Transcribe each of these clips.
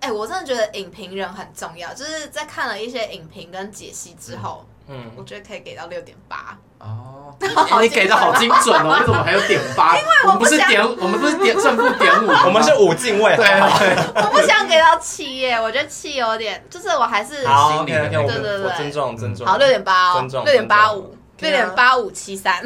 哎我真的觉得影评人很重要，就是在看了一些影评跟解析之后，嗯，我觉得可以给到六点八。哦，好你给的好精准哦，为什么还有点八？因为啊我们不不是想点，我们不是点正负点五，我们是五进位，对啊，我不想给到七耶，我觉得七有点，就是我还是好心里的，OK 那个 OK，我对对们对我尊重尊重，好六点八哦尊，重六点八五，六尊重点八五七三。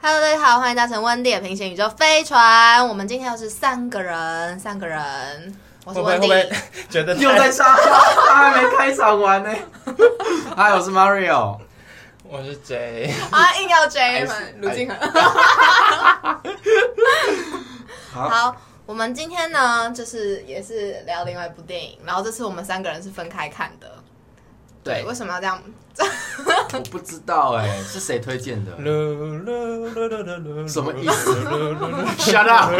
Hello，大家好，欢迎搭乘温蒂的平行宇宙飞船。我们今天又是三个人，三个人，我是会不会温会蒂不。会 觉得又太在杀，他还没开场完呢。嗨，我是 Mario。我是 J，啊，硬要 J 还是们，卢靖恒。 好好，我们今天呢，就是也是聊另外一部电影，然后这次我们三个人是分开看的。对，为什么要这样？我不知道哎，是谁推荐 的噜噜噜噜噜噜，什么意思噜噜噜？Shut up！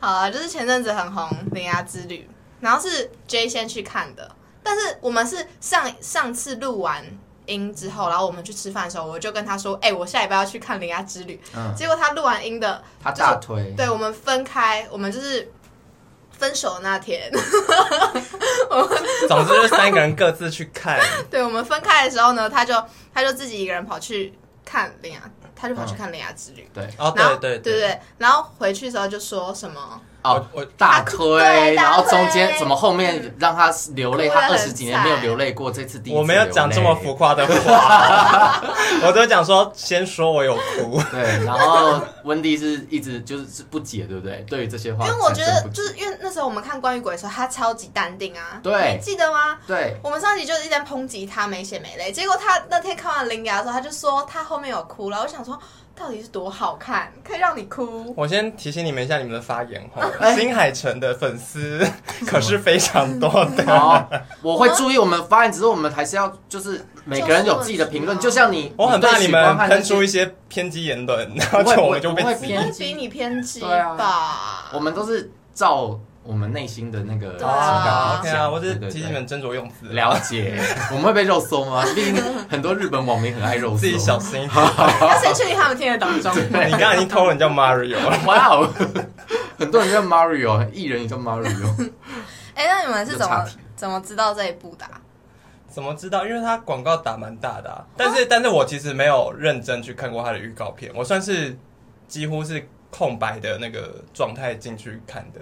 好啊，就是前阵子很红《铃芽之旅》，然后是 J 先去看的，但是我们是上上次录完音之后，然后我们去吃饭的时候，我就跟他说：“哎、我下礼拜要去看《铃芽之旅》。嗯，结果他录完音的，他大推，对我们分开，我们就是分手的那天，我们总之就是三个人各自去看， 对我们分开的时候呢，他就他就自己一个人跑去看《铃芽》，他就跑去看《铃芽之旅》对，哦然后对对对对，对，然后回去的时候就说什么，哦我我，大对推，大然后中间推怎么后面让他流泪？哭得他二很十几年没有流泪过，这次第一次我没有流讲这泪么浮夸的话，我都讲说先说我有哭，对，然后温蒂是一直就是是不解，对不对？对于这些因话为产生我不觉解，得就是因为那时候我们看《关于鬼》的时候，他超级淡定啊，对你记得吗？对，我们上集就是一直在抨击他没血没泪，结果他那天看完《铃芽》的时候，他就说他后面有哭了，我想说到底是多好看，可以让你哭。我先提醒你们一下你们的发言哈哎，新海诚的粉丝可是非常多 的。好，我会注意我们发言，只是我们还是要就是每个人有自己的评论，就就是我像你，我很怕对你许光们汉喷出一那些，些偏激言论，然会后就不我会们就不被会挤偏会比你偏激对啊 吧？我们都是照我们内心的那个情对啊感啊来，OK 讲啊，我只对是对提醒你们斟酌用词，啊对了 解，我们会被肉搜吗？毕竟很多日本网民很爱肉搜，自己 小心一点。要先确定他们听得 懂中文。你刚刚已经偷人叫 Mario 了，哇哦，很多人叫 Mario，艺人也叫 Mario，哎、那你们是怎有差么题怎么知道这一部的啊、怎么知道？因为他广告打蛮大的、啊，但是、但是我其实没有认真去看过他的预告片，我算是几乎是空白的那个状态进去看的。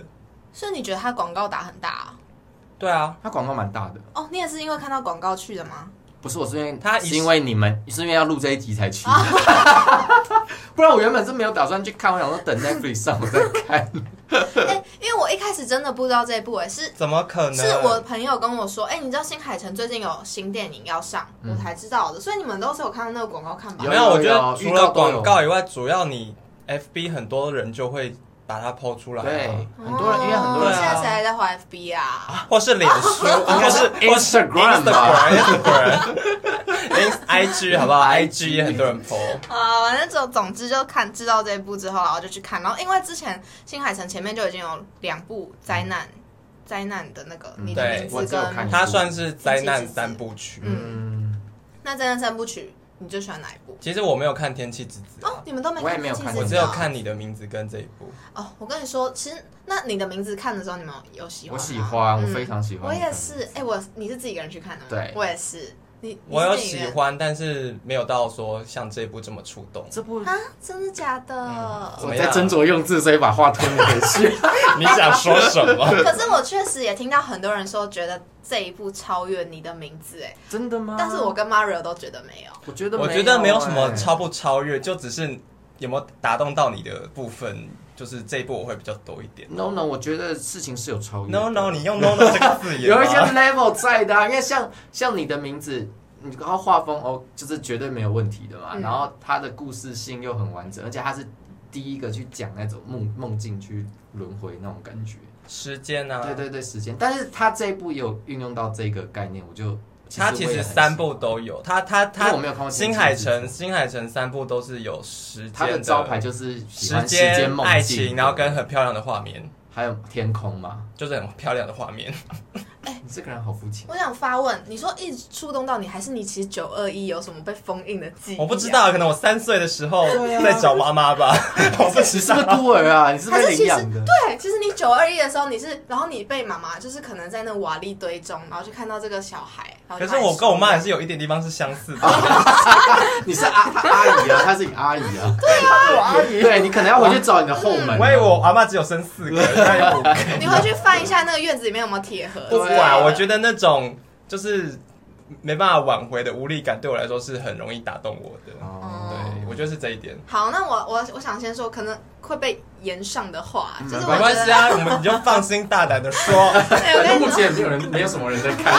所以你觉得他广告打很大啊？对啊，他广告蛮大的。哦，你也是因为看到广告去的吗？不是，我是因为他一是因为你们是因为要录这一集才去 的，不然我原本是没有打算去看，我想说等 Netflix 上我再看。哎、因为我一开始真的不知道这一部、哎，是怎么可能？是我朋友跟我说，哎、你知道新海诚最近有新电影要上，嗯我才知道的。所以你们都是有看到那个广告看吧哦有？没有，我觉有得有除预告了都有广告以外，主要你 FB 很多人就会把它抛出来、对啊，，很多人因为很多哦人现对啊在谁还在滑 FB 啊？或是脸书， 应该或是是 Instagram 啊吧 Instagram，IG 好不好？IG 哎也很多人 po。啊、反正总总之就看知道这一部之后，然后就去看。然后因为之前新海诚前面就已经有两部灾难灾难的那个嗯你的对名我字只有跟看它算是灾难三部曲。嗯嗯，那灾难三部曲，你最喜欢哪一部？其实我没有看《天气之子》啊哦，你啊们都没看，我也没有看其实我过只有看你的名字跟这一部。哦。我跟你说，其实那你的名字看的时候，你们有有喜欢我吗？喜欢，我嗯非常喜欢。我也是，哎、我你是自己一个人去看的吗？对我也是。你我有喜，欢，但是没有到说像这一部这么触动。这部你是电影院，啊？真的假的？怎我么在样斟酌用字，所以把话吞了回 去。你想说什嗯么？可是我确实也听到很多人说，觉得这一部超越你的名字，哎、真啊的吗？但是我跟 Mario 都觉得没有。啊我觉得我觉得没有什么哎超不超越，就只是有没有打动到你的部分，就是这一部我会比较多一点。 No No，我觉得事情是有超越的。 No No，你用 No No 这个字眼啊吗， 有一些 level 在的、啊，因为像像你的名字，你然后画风哦，就是绝对没有问题的嘛。嗯然后它的故事性又很完整，而且它是第一个去讲那种梦梦境去轮回那种感觉。时间啊，对对对，时间。但是它这一部也有运用到这个概念，我就它其实三部有。都有，它它因为我它没有看过新海诚新海诚三部都是有时他间的招牌就是喜时欢世间间、梦爱境情，然后跟很漂亮的画面。还有天空嘛。就是很漂亮的画面。你这个人好肤 浅。我想发问，你说一直触动到你，还是你其实九二一有什么被封印的记忆、啊我不知，道，可能我三岁的时候在找妈妈吧，我不你知是不是道。孤儿啊？你是不还是是其领实养的？对，其实你九二一的时候你是，然后你被妈妈就是可能在那瓦砾堆中，然后就看到这个小孩，然后可就是我跟我妈还是有一点地方是相似的，啊你是阿她阿姨啊，她是你阿姨啊。 她是我阿姨。对你可能要回去找你的后门啊。嗯我以为我阿妈只有生四个，现在有五个。你回去翻一下那个院子里面有没有铁盒之不类的？啊管，我觉得那种就是没办法挽回的无力感，对我来说是很容易打动我的。哦对，我觉得是这一点。好，那我我我想先说，可能会被延上的话，嗯就是我没觉关系得，啊，我们你就放心大胆的说。对，哎我跟你 目说，前没有人，没有什么人在看。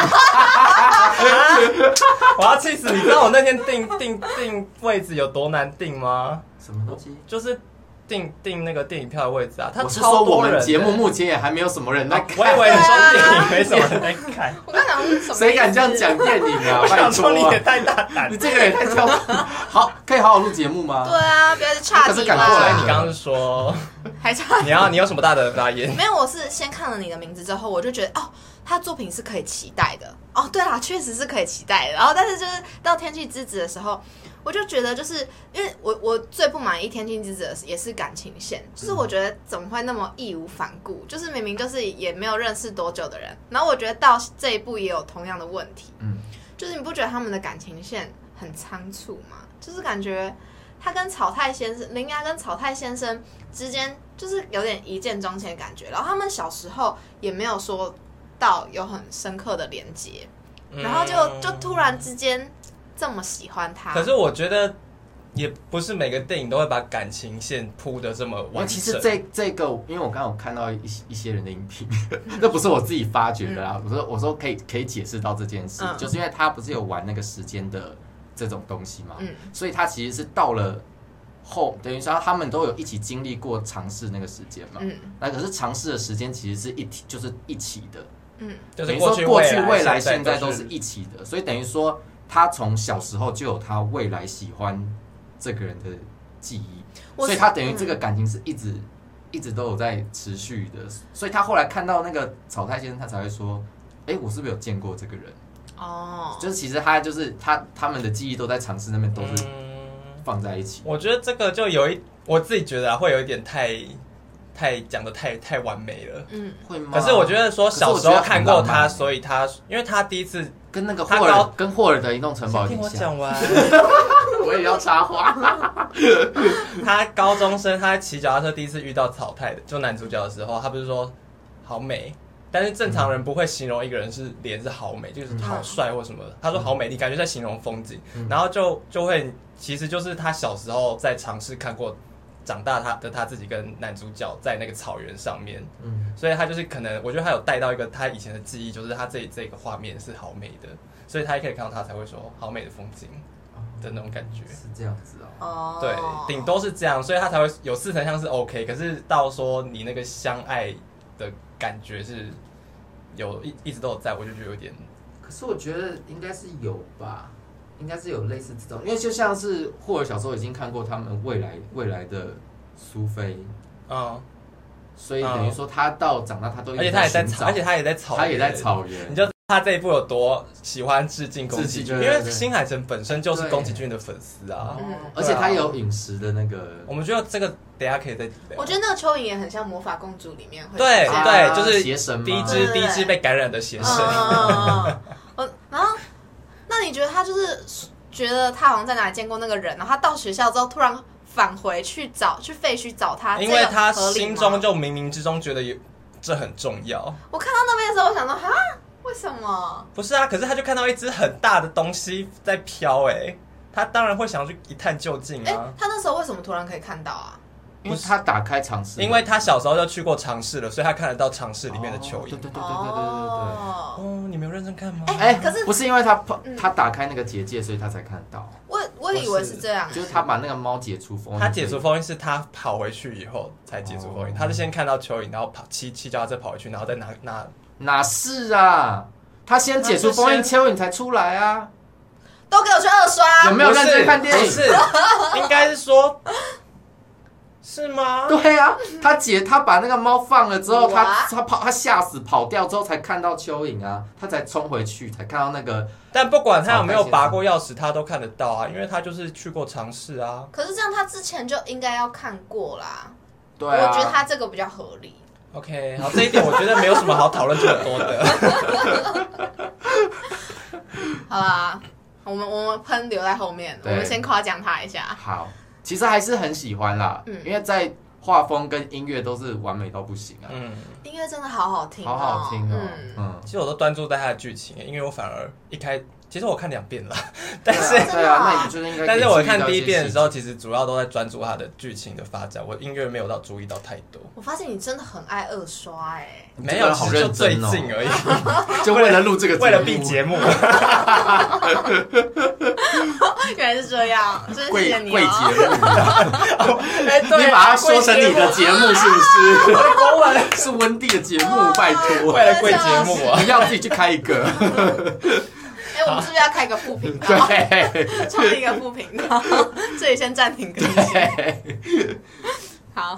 我要气死你！知道我那天订 订订位置有多难订吗？什么东西？就是订订那个电影票的位置啊，他我是超说我多人们的节目目前也还没有什么人在我以看，为你 说电影没什么人在看，我刚讲什么？谁敢这样？讲电影啊？ 我拜托想说你也啊！太大胆你了。这个人也太挑，好，可以好好录节目吗？对啊，不要去岔可是题赶后过来来啦，你刚刚是说还差你要你有什么大的发 言？没有，我是先看了你的名字之后，我就觉得哦，他的作品是可以期待的。哦，对啦，确实是可以期待的。然后，但是就是到《天气之子》的时候，我就觉得就是因为我我最不满意《天气之子》的也是感情线，就是我觉得怎么会那么义无反顾？就是明明就是也没有认识多久的人，然后我觉得到这一步也有同样的问题。嗯，就是你不觉得他们的感情线很仓促吗？就是感觉他跟草太先生，林芽跟草太先生之间就是有点一见钟情的感觉。然后他们小时候也没有说到有很深刻的连接，然后就嗯就突然之间这么喜欢他。可是我觉得也不是每个电影都会把感情线铺的这么我完其实整。这这个，因为我刚刚有看到一些一些人的音 频，那不是我自己发掘的啦。我说我说可以可以解释到这件事，嗯就是因为他不是有玩那个时间的这种东西嘛，嗯所以他其实是到了后，等于说他们都有一起经历过尝试那个时间嘛。嗯那可是尝试的时间其实是一体，就是一起的，嗯就是等于说去、过过去、未来、现现在都都是一起的，所以等于说他从小时候就有他未来喜欢这个人的记忆，我所以是他等于这个感情是一直、一直都有在持续的，所以他后来看到那个草太先生，他才会说。哎，我是不是有见过这个人？哦，就是其实他就是他他们的记忆都在尝试那边都是嗯放在一起。我觉得这个就有一，我自己觉得、啊、会有一点太太讲的太太完美了。嗯会吗？可是我觉得说小时候看过他，所以以他因为他第一次跟那个霍他尔高跟霍尔的移动城堡有先点听我像。讲完，我也要插话。 他高中生他骑脚踏车第一次遇到草太的，就男主角的时候，他不是说好美，但是正常人不会形容一个人是脸是好美，就是好帅或什么的。他说好美丽，感觉在形容风景，嗯然后就就会其实就是他小时候在尝试看过。长大他的他自己跟男主角在那个草原上面，嗯，所以他就是可能，我觉得他有带到一个他以前的记忆，就是他这这个画面是好美的，所以他也可以看到他才会说好美的风景 的那种感觉。是这样子哦。哦，对，顶多是这样，所以他才会有似曾相识 OK。可是到说你那个相爱的感觉是有一一直都有在，我就觉得有点可是我觉得应该是有吧，应该是有类似这种，因为就像是霍尔小时候已经看过他们未来未来的苏菲，嗯，所以等于说他到长大他都一而直且他也在寻草，找而且他也在草，欸他也在，草原你，就他这一部有多喜欢致敬宫致崎敬骏，对因为对对新海诚本身就是对宫崎骏的粉丝啊。嗯而且他有饮食的那个我们觉得这个等一下可以再聊我。觉得那个蚯蚓也很像魔法公主里面会对出现的对就是邪神嘛第一对只对第一只对被感染的邪神，嗯，我然后，那你觉得他就是觉得他好像在哪里见过那个人，然后他到学校之后突然返回去找去废墟找他，因为他啊这个合理吗心中就冥冥之中觉得有这很重要。我看到那边的时候，我想说哈，为什么？不是啊，可是他就看到一只很大的东西在飘，哎，他当然会想要去一探究竟哎、啊。他那时候为什么突然可以看到啊？因为他打开尝试，因为他小时候就去过长室了，所以他看得到长室里面的哦蚯蚓对。对对对对对对对。哦，哦，你没有认真看吗？哎、可是不是因为他碰嗯他打开那个结界，所以他才看得到，我我以为是这样、就是他把那个猫解除封印，他解除封印是他跑回去以后才解除封印，哦他是先看到蚯蚓，然后跑骑骑脚踏车跑回去，然后再拿拿。哪是啊？他先解除封印，那就蚯蚓才出来啊！都给我去二刷，有没有不是认真看电影 不是，应该是说是吗？对呀、啊，他姐他把那个猫放了之后，他哇他跑他吓死跑掉之后才看到蚯蚓啊，他才冲回去才看到那个但不管他有没有拔过钥匙，他都看得到啊，因为他就是去过尝试啊。可是这样他之前就应该要看过啦，对啊，我觉得他这个比较合理。 OK，好，这一点我觉得没有什么好讨论这么多 的。好啦，我们我们喷留在后面，我对们先夸奖他一下。好，其实还是很喜欢啦，嗯因为在画风跟音乐都是完美到不行啊，嗯，音乐真的好好听、哦，好好听哦，嗯，嗯，其实我都专注在他的剧情，因为我反而一开，其实我看两遍 了，但是对啊对真的啊，哦那你就是应该， 但是我看第一遍的时候，，其实主要都在专注他的剧情的发展，我音乐没有到注意到太 多，我发现你真的很爱二刷哎、你这没个有，人其好实就认最真哦近而已，就为了录 这个节目，为了避节 目。原来是这样，真是贵谢谢你贵节哦。目，啊哎，对啊你把它说成你的节目是 不是？国 文，是温蒂的节目，拜托为，了贵节目啊，你要自己去开一个，哎、我们是不是要开一个副频道？ 对。创立一个副频道，这里先暂停更新。好，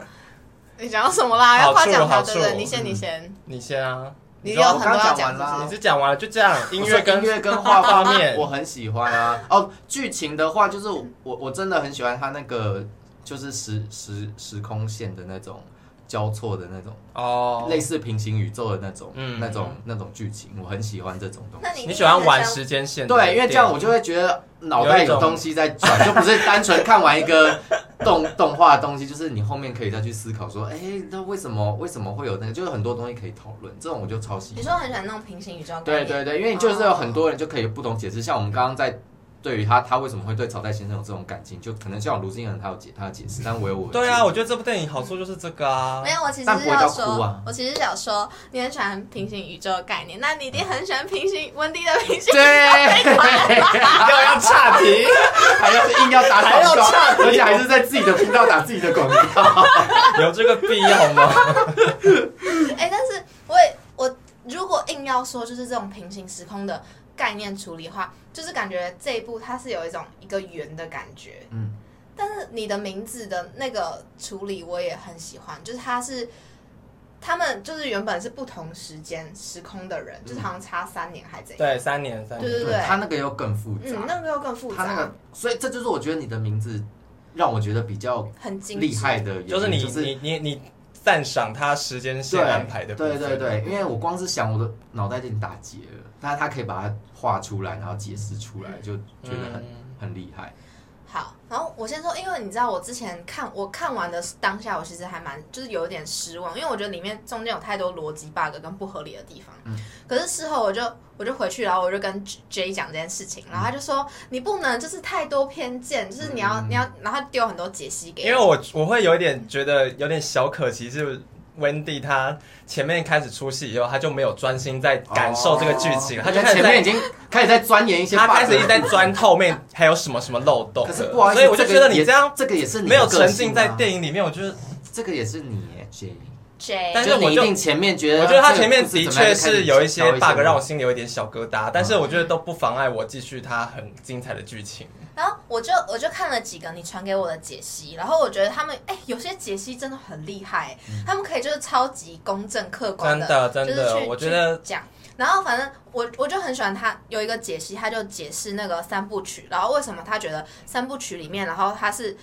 你讲到什么啦？要好夸处奖他，好对处不对？你先，你先，你先啊，你嗯你有知道很多要我刚讲讲，完啦是不你是就讲完了，就这样，音 我说乐跟音乐跟画画方 面我很喜欢啊。哦，剧情的话，就是我我真的很喜欢它那个就是时时时空线的那种交错的那种，哦类，似平行宇宙的那种，嗯那种那种剧情，我很喜欢这种东西。那你你喜欢玩时？时间线的电对，影？因为这样我就会觉得脑袋有东西在 转，就不是单纯看完一个动 动画的东西，就是你后面可以再去思考说，哎、那为什么为什么会有那个，就是很多东西可以讨论，这种我就超喜欢你。说很喜欢那种平行宇宙？对，对对，因为就是有很多人就可以不懂解释，像我们刚刚在对于他他为什么会对朝代先生有这种感情，就可能像卢金恒他有解他的解释，但我有我的 对 啊，解我觉得这部电影好处就是这个啊 没。有，我其实但是不会到要哭说，啊我其实想说，你很喜欢平行宇宙的概念，那你一定很喜欢平行温蒂的平行宇宙对，那一款。要要 岔题，还要硬要打还广要告岔，而且还是在自己的频道打自己的广告。有这个必要吗？哎、但是我也我如果硬要说，就是这种平行时空的概念处理的话，就是感觉这一部它是有一种一个圆的感觉。嗯，但是你的名字的那个处理我也很喜欢，就是它是他们就是原本是不同时间时空的人，就是好像差三年还怎样。对，三年三对年，对他那个又更复嗯，杂，那个又更复杂，他那个，所以这就是我觉得你的名字让我觉得比较很精致厉害。的原因，就是你就是你你你赞赏他时间线安排的部对对分，对，因为我光是想我的脑袋已经打结了，但是他可以把它画出来，然后解释出来，就觉得很、嗯很厉害。好，然后我先说，因为你知道我之前看我看完的当下，我其实还蛮就是有一点失望，因为我觉得里面中间有太多逻辑 bug 跟不合理的地方。嗯可是事后我就我就回去，然后我就跟 J- J 讲这件事情，嗯然后他就说你不能就是太多偏见，就是你要、嗯你要，然后他丢很多解析给因为我。我我会有一点觉得有点小可惜，是温蒂她前面开始出戏以后，她就没有专心在感受这个剧情，哦她因就为开始前面已在经开始在钻研一些 bug 她了，开始一直在钻透面还有什么什么漏洞可的，是不好意思，所以我就觉得个你也这样这个也是你没有的个性啊沉浸在，电影里面，我觉得这个也是你耶 J。 J，但是就你我一就定前面觉得，我觉得他他前面的确是有一些 bug 让我心里有一点小疙瘩，但是我嗯觉得都不妨碍我继续他很精彩的剧情。然后我就我就看了几个你传给我的解析，然后我觉得他们哎、有些解析真的很厉害、他们可以就是超级公正客观嗯的，真的真就是的，去我觉得去讲。然后反正我我就很喜欢他有一个解析，他就解释那个三部曲，然后为什么他觉得三部曲里面，然后他是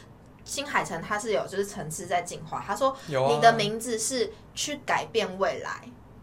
新海诚，他是有就是层次在进化。他说有啊你的名字是去改变未来。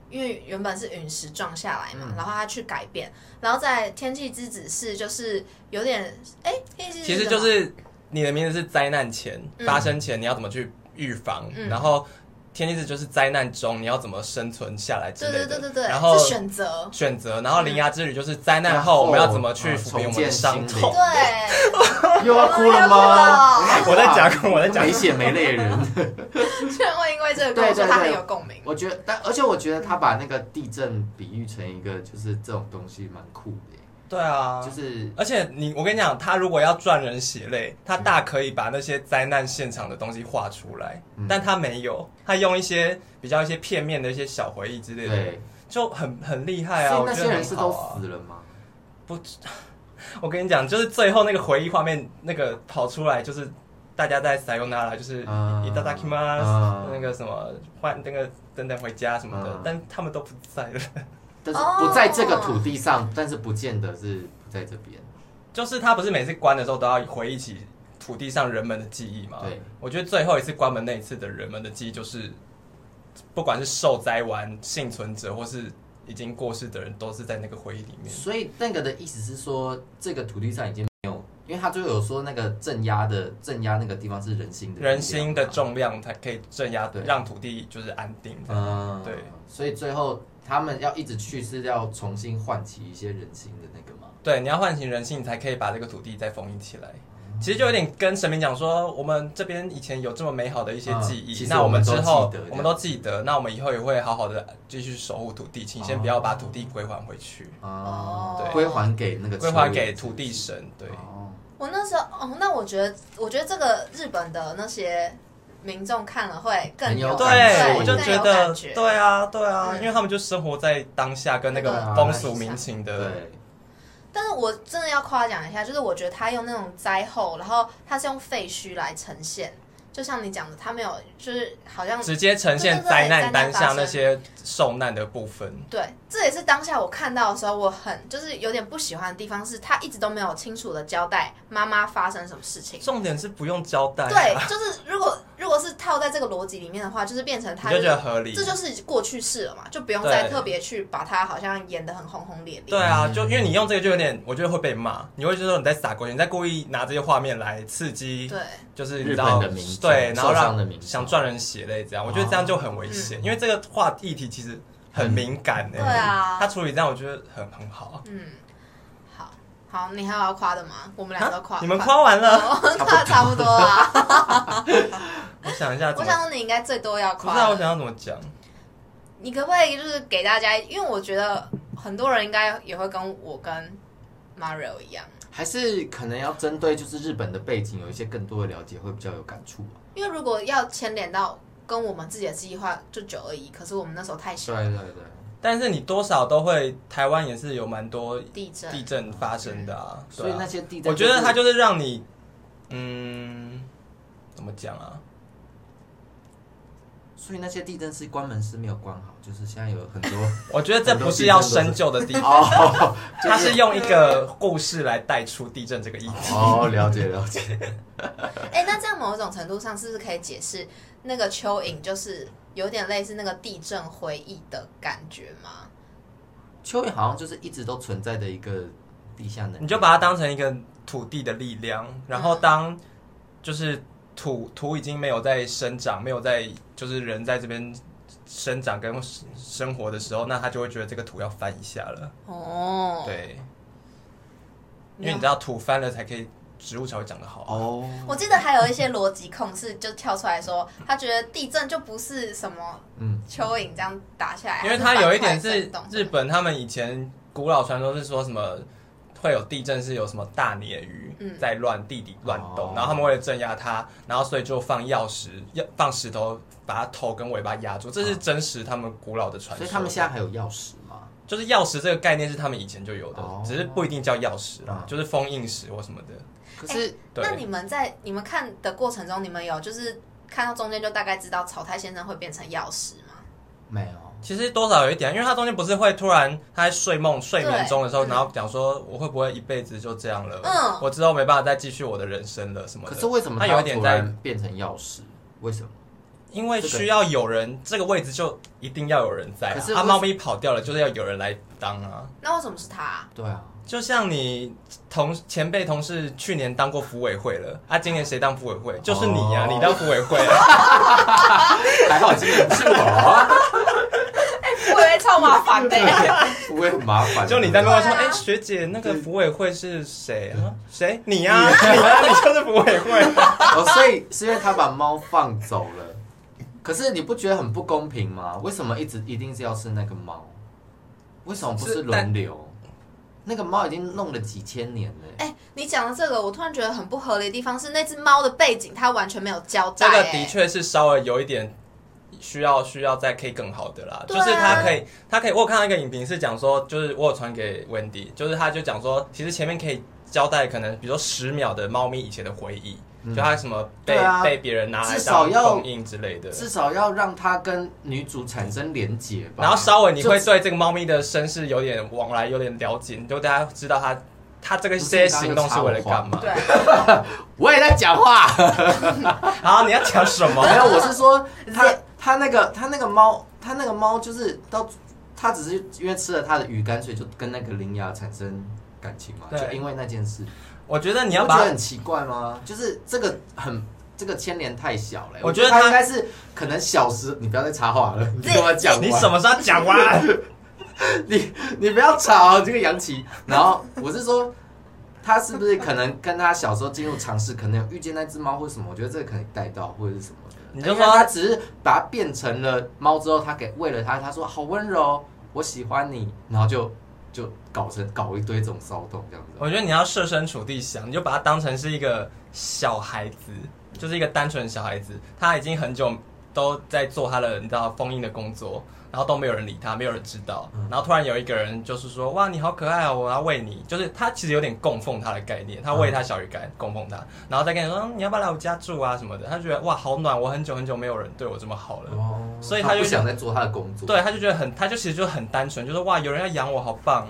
因为原本是陨石撞下来嘛，然后他去改变，然后在天气之子是就是有点哎，天气之子其实什就么是你的名字是灾难前嗯发生前你要怎么去预防，嗯然后天气是就是灾难中你要怎么生存下来之对类对的，对对对，然后是选择嗯选择，然后铃芽之旅就是灾难后我们要怎么去抚平我们的伤嗯重建心痛灵。对。 又要哭了我要吗？ 我在讲我在讲没血没泪的人。居然会因为这个跟我说对对对他很有共鸣。 我觉得，但而且我觉得他把那个地震比喻成一个就是这种东西蛮酷的耶，对啊，就是而且你，我跟你讲，他如果要赚人血泪，他大可以把那些灾难现场的东西画出来，嗯但他没有，他用一些比较一些片面的一些小回忆之类的，对。就很很厉害啊！所以我那觉些得人很是好都啊。死了吗？我跟你讲，就是最后那个回忆画面那个跑出来，就是大家在 sayonara 就是啊 i t a d a k i m a 啊 s 那个什么换那个等等回家什么的啊，但他们都不在了。 但是不在这个土地上，但是不见得是不在这边。就是他不是每次关的时候都要回忆起土地上人们的记忆吗？对，我觉得最后一次关门那一次的人们的记忆，就是不管是受灾完幸存者或是已经过世的人，都是在那个回忆里面。所以那个的意思是说，这个土地上已经没有，因为他最后有说那个镇压的镇压那个地方是人心的力量人心的，重量才可以镇压对，让土地就是安定这样。嗯，对，所以最后他们要一直去是要重新唤起一些人心的那个吗？对，你要唤醒人性，你才可以把这个土地再封印起来。其实就有点跟神明讲说，我们这边以前有这么美好的一些记嗯忆，其实那我们们之都后记得我们都记得，那我们以后也会好好的继续守护土地，请先不要把土地归还回去，啊对归还给那个归还给土地神。对，哦我那时候哦，那我觉得，我觉得这个日本的那些民众看了会更很有感感对，触我就更觉有得感，觉对啊，对啊，嗯因为他们就生活在当下跟那对个啊风俗民情的，对，但是我真的要夸奖一下，就是我觉得他用那种灾后，然后他是用废墟来呈现，就像你讲的，他没有就是好像直接呈现对对对灾灾难难当发下生那些受难的部分。对，这也是当下我看到的时候，我很就是有点不喜欢的地方是，他一直都没有清楚的交代妈妈发生什么事情。重点是不用交代、啊，对，就是如果如果是套在这个逻辑里面的话，就是变成他、你就就是觉得合理。这就是过去式了嘛，就不用再对特别去把它好像演得很轰轰烈烈。对啊，嗯就因为你用这个就有点，我觉得会被骂。你会觉得说你在撒狗血，你在故意拿这些画面来刺激，对就是日你知道本的民众对，然后受伤让的民众想赚人血泪这样。我觉得这样就很危险，因为这个话议题其实很敏感诶、哦对啊他处理这样我觉得很很好。嗯，好好，你还有要夸的吗？我们俩都夸，你们夸完了，我们夸 哦差不多啦。我想一下我怎么，想说你应该最多要不夸知的。道我想要怎么讲。啊你可不可以就是给大家，因为我觉得很多人应该也会跟我跟 Mario 一样，还是可能要针对就是日本的背景有一些更多的了解，会比较有感触啊吧。因为如果要牵连到跟我们自己的计划，就九二一，可是我们那时候太小对，对啊对，但是你多少都会，台湾也是有蛮多地震，地震发生的啊，所以对啊那些地带我就觉是，得它就是让你，嗯，怎么讲啊？所以那些地震是关门是没有关好，就是现在有 很多我觉得这不是要深究的地方，哦，就它是用一个故事来带出地震这个议题。哦，了解了解，哎、那这样某种程度上是不是可以解释那个蚯蚓就是有点类似那个地震回忆的感觉吗？蚯蚓好像就是一直都存在的一个地下能，你就把它当成一个土地的力量，然后当就是土土已经没有在生长，没有在就是人在这边生长跟生活的时候，那他就会觉得这个土要翻一下了。哦，对，因为你知道土翻了才可以植物才会长得好。哦，我记得还有一些逻辑控是就跳出来说，他觉得地震就不是什么嗯蚯蚓这样打下来，因为它有一点它是是板块震动日本他们以前古老传说是说什么会有地震是有什么大鲶鱼嗯在乱地底乱动，哦然后他们为了镇压它，然后所以就放钥匙、要放石头把它头跟尾巴压住，这是真实他们古老的传哦所说。以他们现在还有钥匙吗？就是钥匙这个概念是他们以前就有的，哦只是不一定叫钥匙啦嗯，就是封印石或什么的。可是对，那你们在你们看的过程中，你们有就是看到中间就大概知道草太先生会变成钥匙吗？没有，其实多少有一点，因为他中间不是会突然他在睡梦睡眠中的时候，对然后讲说我会不会一辈子就这样了？嗯我之后没办法再继续我的人生了什么的。可是为什么他要有一点突在，然变成钥匙？为什么？因为需要有人这个位置就一定要有人在、啊。可是他为猫咪跑掉了，就是要有人来当啊。那为什么是他、对啊，就像你同前辈同事去年当过服委会了，啊，今年谁当服委会？就是你呀、嗯哦你当服委会啊、 还好今年不是我啊，我以为超麻烦的、欸不会很麻烦。就你在那边说，对啊哎、学姐那个服委会是谁啊？谁？你呀、你啊你呀、你就是服委会。哦，所以是因为他把猫放走了。可是你不觉得很不公平吗？为什么一直一定是要是那个猫？为什么不是是轮流？那个猫已经弄了几千年了、哎、你讲的这个，我突然觉得很不合理的地方是，那只猫的背景它完全没有交代、这哎个欸的确是稍微有一点需要需要再可以更好的啦，对就啊是他可以他可以，我有看到一个影评是讲说，就是我有传给 Wendy，就是他就讲说，其实前面可以交代可能比如说十秒的猫咪以前的回忆，就他什么被、对啊被别人拿来至少当要封印之类的，至少要让他跟女主产生连结吧。然后稍微你会就对这个猫咪的身世有点往来，有点了解，你就大家知道它它这个不是些刚刚行动是为了插我话干嘛。对，我也在讲话。然后你要讲什么？ 没有，我是 说他他那个他那个猫，他那个猫就是到他只是因为吃了他的鱼干，所以就跟那个灵牙产生感情嘛，对就因为那件事。我觉 得你你要不觉得把很奇怪吗？就是这个很。这个牵连太小了、我觉觉得他他应该是可能小时，你不要再插话了，你这跟我讲完你什么时候讲完？ 你你不要吵，哦这个杨琪。然后我是说，他是不是可能跟他小时候进入尝试，可能有遇见那只猫或什么？我觉得这个可能带到或者是什么的。你就说因为他只是把它变成了猫之后，他给为了它，他说好温柔，我喜欢你，然后就就搞成搞一堆这种骚动这样子。我觉得你要设身处地想，你就把它当成是一个小孩子，就是一个单纯的小孩子，他已经很久都在做他的你知道封印的工作，然后都没有人理他，没有人知道，然后突然有一个人就是说哇你好可爱哦，我要喂你，就是他其实有点供奉他的概念，他喂他小鱼干供奉他，然后再跟你说嗯你要不要来我家住啊什么的，他就觉得哇好暖，我很久很久没有人对我这么好了，哦所以他就不想再做他的工作。对，他就觉得很，他就其实就很单纯，就是哇有人要养我好棒，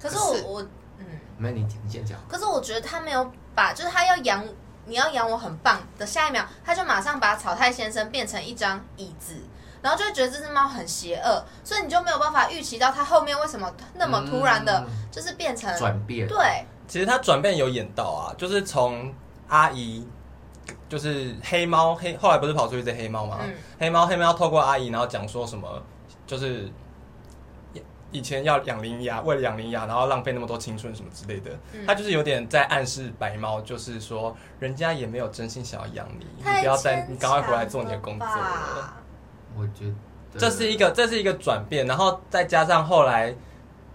可是可是我我嗯，没有你你先讲。可是我觉得他没有把，就是他要养你要养我很棒的下一秒，他就马上把草太先生变成一张椅子。然后就会觉得这只猫很邪恶，所以你就没有办法预期到它后面为什么那么突然的，嗯就是变成、转变，对，其实他转变有演到啊，就是从阿姨，就是黑猫黑，后来不是跑出一只黑猫吗？嗯黑猫黑猫透过阿姨，然后讲说什么，就是以以前要养羚羊，为了养羚羊，然后浪费那么多青春什么之类的，嗯他就是有点在暗示白猫，就是说人家也没有真心想要养你，你太不要再，牵你赶快回来强做你的工作了吧。我觉得这是一个这是一个转变，然后再加上后来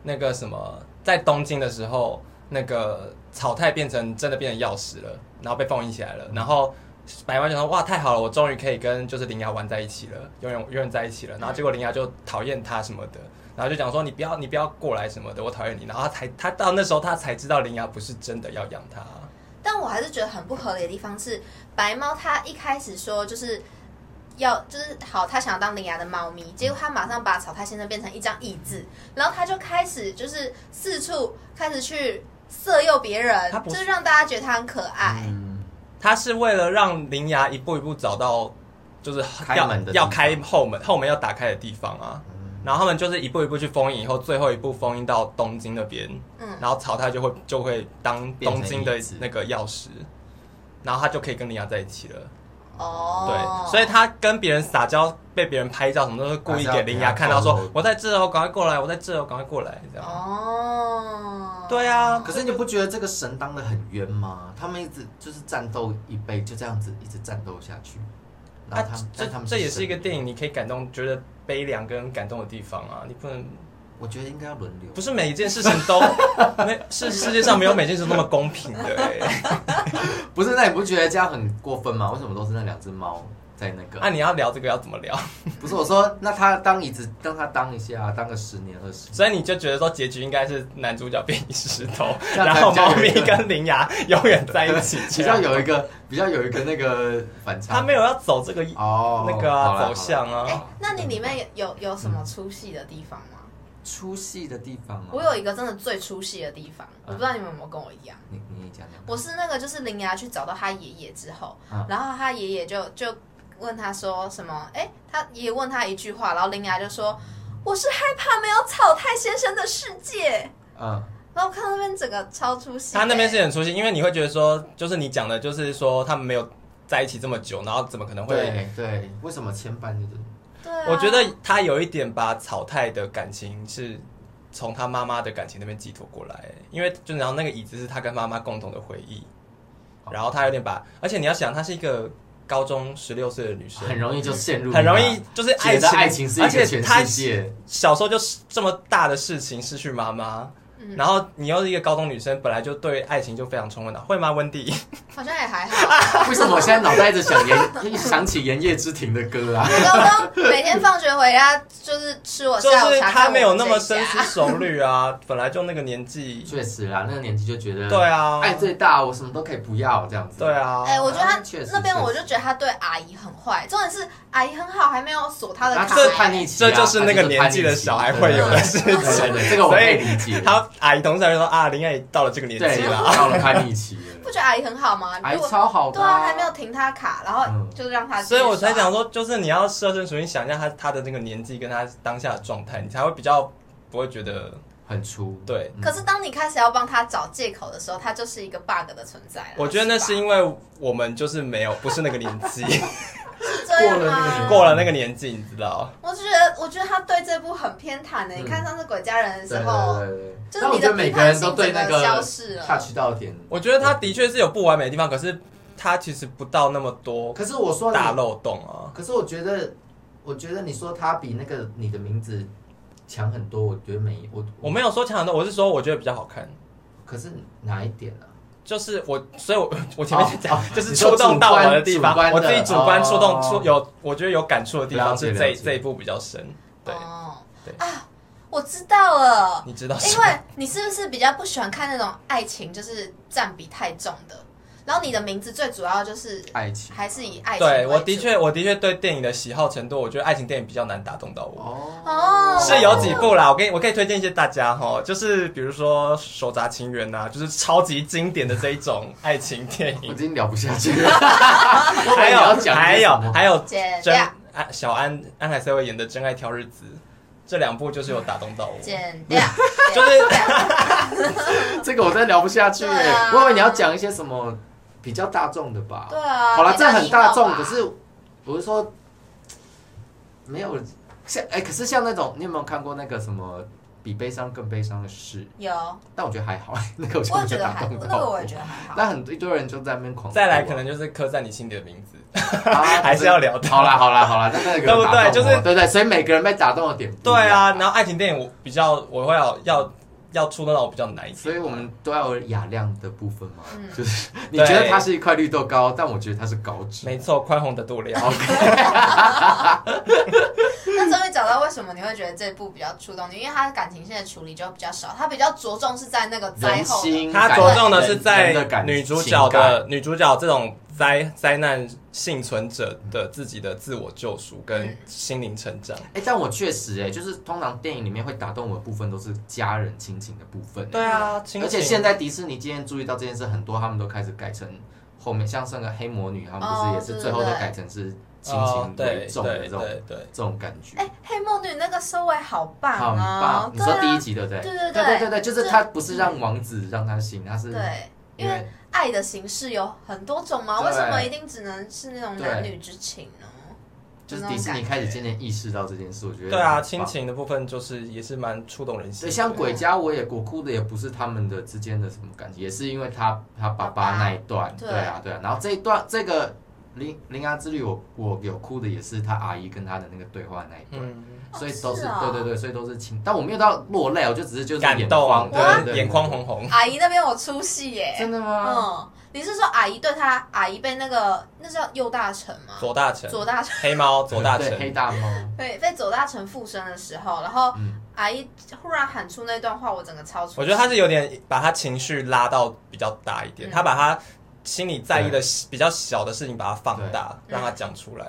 那个什么，在东京的时候，那个草太变成真的变成钥匙了，然后被封印起来嗯了，然后。白猫就说：“哇，太好了，我终于可以跟就是铃芽玩在一起了，永远永远在一起了。”嗯然后结果铃芽就讨厌他什么的，然后就讲说：“你不要，你不要过来什么的，我讨厌你。”然后他才他到那时候他才知道铃芽不是真的要养他。但我还是觉得很不合理的地方是，白猫它一开始说就是要就是好，它想要当领牙的猫咪，结果它马上把草太先生变成一张椅子，然后它就开始就是四处开始去色诱别人它，不就是是让大家觉得它很可爱。嗯他是为了让铃芽一步一步找到，就是开要门的地要方开后门，后门要打开的地方啊。然后他们就是一步一步去封印，以后最后一步封印到东京那边，嗯，然后草太就会就会当变成东京的椅子那个钥匙，然后他就可以跟铃芽在一起了。哦，对，所以他跟别人撒娇，被别人拍照，什么都是故意给铃芽看到，还是要给说他我在这哦，赶快过来，我在这哦，赶快过来，这样。哦，对啊，可是你不觉得这个神当的很冤吗？他们一直就是战斗一辈，就这样子一直战斗下去。然啊后他们，这但他们这也是一个神电影，你可以感动，觉得悲凉跟感动的地方啊，你不能我觉得应该要轮流。不是每一件事情 都没是世界上没有每件事都那么公平的、欸。不是，那你不觉得这样很过分吗？为什么都是那两只猫在那个？啊那、你要聊这个要怎么聊？不是我说，那他当椅子，让他当一下，当个十年二十年。所以你就觉得说结局应该是男主角变一石 头，这样才然后比较猫有咪一个，跟羚羊 永远在一 起比这较样有一个比较有一个那个反差。他没有要走这个哦，那个好啦啊好啦走向哎啊。，那你里面有有什么出戏的地方吗？嗯出戏的地方、啊。我有一个真的最出戏的地方，我不知道你们有没有跟我一样。你你讲讲。我是那个，就是林芽去找到他爷爷之后，啊嗯然后他爷爷就就问他说什么？哎，他爷爷问他一句话，然后林芽就说：“我是害怕没有草太先生的世界。嗯，”然后我看到那边整个超出戏的，他那边是很出戏，因为你会觉得说，就是你讲的，就是说他们没有在一起这么久，然后怎么可能会？对对，为什么牵绊就是？对啊、我觉得他有一点把草太的感情是从他妈妈的感情那边寄托过来，因为就然后那个椅子是他跟妈妈共同的回忆，哦然后他有点把，而且你要想，她是一个高中十六岁的女生，很容易就陷入，很容易就是爱觉得情，爱情是一而个且全她世界。小时候就是这么大的事情失去妈妈，嗯然后你又是一个高中女生，本来就对爱情就非常充分的，会吗，温蒂？好像也还好。为什么我现在脑袋一直想炎，一 想起炎夜之庭的歌啊？高中每天放学回家就是吃哦 我就下午是茶，她没有那么深深思熟 虑啊，本来就那个年纪，确实啦，那个年纪就觉得对啊爱最大，我什么都可以不要这样子。对，啊，哎、我觉得他啊确实那边，确实我就觉得他对阿姨很坏。重点是阿姨很好，还没有锁他的那卡、就是叛逆期啊，这就是那个年纪的小孩会有的事对对对情。对哎这个我可以理解。他阿姨同事还说啊，林爱到了这个年纪对，了，到了叛逆期 不了，觉得阿姨很好吗？还如果超好的对啊，啊，还没有停他卡，然后嗯就让 他、哦所以我才讲，说，就是你要设身处地想一下他他的那个年纪跟他当下的状态，你才会比较不会觉得很粗。嗯对。可是当你开始要帮他找借口的时候，他就是一个 bug 的存在啊了。我觉得那是吧因为我们就是没有不是那个年 纪，是这样过了那个吗？年过了那个年纪，你知道。我就觉得，我觉得他对这部很偏袒的、嗯你看上次《鬼家人》的对时对候，对对对就是但我你觉的得每个人都对批那判性整个消个失了 touch 到点。我觉得他的确是有不完美的地方，可是他其实不到那么多可是我说你大漏洞啊。可是我觉得，我觉得你说他比那个你的名字强很多，我觉得没我我没有说强很多，我是说我觉得比较好看。可是哪一点啊呢、就是我，所以我我前面就讲，就是你说触动到我的地主方观，我自己主主观观的触哦动触有，我觉得有感触的地了方解是这了一解这一部比较深。对，哦对啊，我知道了。你知道是因为你是不是比较不喜欢看那种爱情就是占比太重的？然后你的名字最主要就是爱情还是以爱情为对主我的确，我的确对电影的喜好程度，我觉得爱情电影比较难打动到我。哦是有几部啦，我给你我可以推荐一些大家哈，就是比如说《手札情缘》呐，就是超级经典的这一 种爱情电我已影。经聊不下去了。 我还以为你要有讲还有还有剪真掉安小安安海瑟薇演的《真爱挑日子》，这两部就是有打动到我。剪 掉，就是有这个我真的聊不下去对啊欸。我以为你要讲一些什么比较大众的吧？对啊，好了，比这较很大众，引可导吧是我是说没有像哎、可是像那种你有没有看过那个什么比悲伤更悲伤的事？有，但我觉得还好，那个我就我也没觉有得打还动到那个我也觉得还好。但很一堆人就在那边狂哭啊再来可能就是刻在你心里的名字。啊 还是要聊到好啦好啦好啦，那那个有打动我对不对就是对对，所以每个人被打动的点不一对样啊，然后爱情电影我比较我会要要要触动到我比较难一些，所以我们都要有雅量的部分嘛，嗯就是你对觉得它是一块绿豆糕，但我觉得它是高脂。没错，宽宏的度量。那终于找到为什么你会觉得这部比较触动你，因为他的感情线的处理就比较少，他比较着重是在那个灾人后的心，它感着重的人是人的在感女主角情感的女主角这种灾灾难幸存者的自己的自我救赎跟心灵成长。哎、但我确实哎、就是通常电影里面会打动我的部分都是家人亲情的部分、对啊，亲而且情现在迪士尼今天注意到这件事，很多他们都开始改成后面，像上个黑魔女，他们不哦是也是最后都对对对改成是亲哦情为对重的这哦对种、对对，这种感觉。哎、黑梦女那个收尾好棒很哦，棒！你说第一集，集对不对？啊对对对对对对，就是他不是让王子让他醒，他是对，因因为为爱的形式有很多种嘛，对为什么一定只能是那种男女之情呢？就是迪士尼开始渐渐意识到这件事，我觉得对啊，很棒亲。情的部分就是也是蛮触动人心对，的。像鬼家我也我哭的也不是他们的之间的什么感情，也是因为他他爸爸爸爸那一段，对对啊对啊。然后这一段这个铃铃芽之旅我，我有哭的也是他阿姨跟他的那个对话那一段，嗯，所以都是是啊对对对，所以都是亲，但我没有到落泪，我就只是就是感眼动眶，对对，眼眶，红红。阿姨那边我出戏耶、对对真的吗？嗯，你是说阿姨对她阿姨被那个那叫右大臣吗？左大成，左大臣黑猫，左大对黑成，大猫，被被左大臣附身的时候，然后嗯阿姨忽然喊出那段话，我整个超哎出戏。我觉得他是有点把他情绪拉到比较大一点，嗯他把他心里在意的比较小的事情把它放大，对让他讲出来。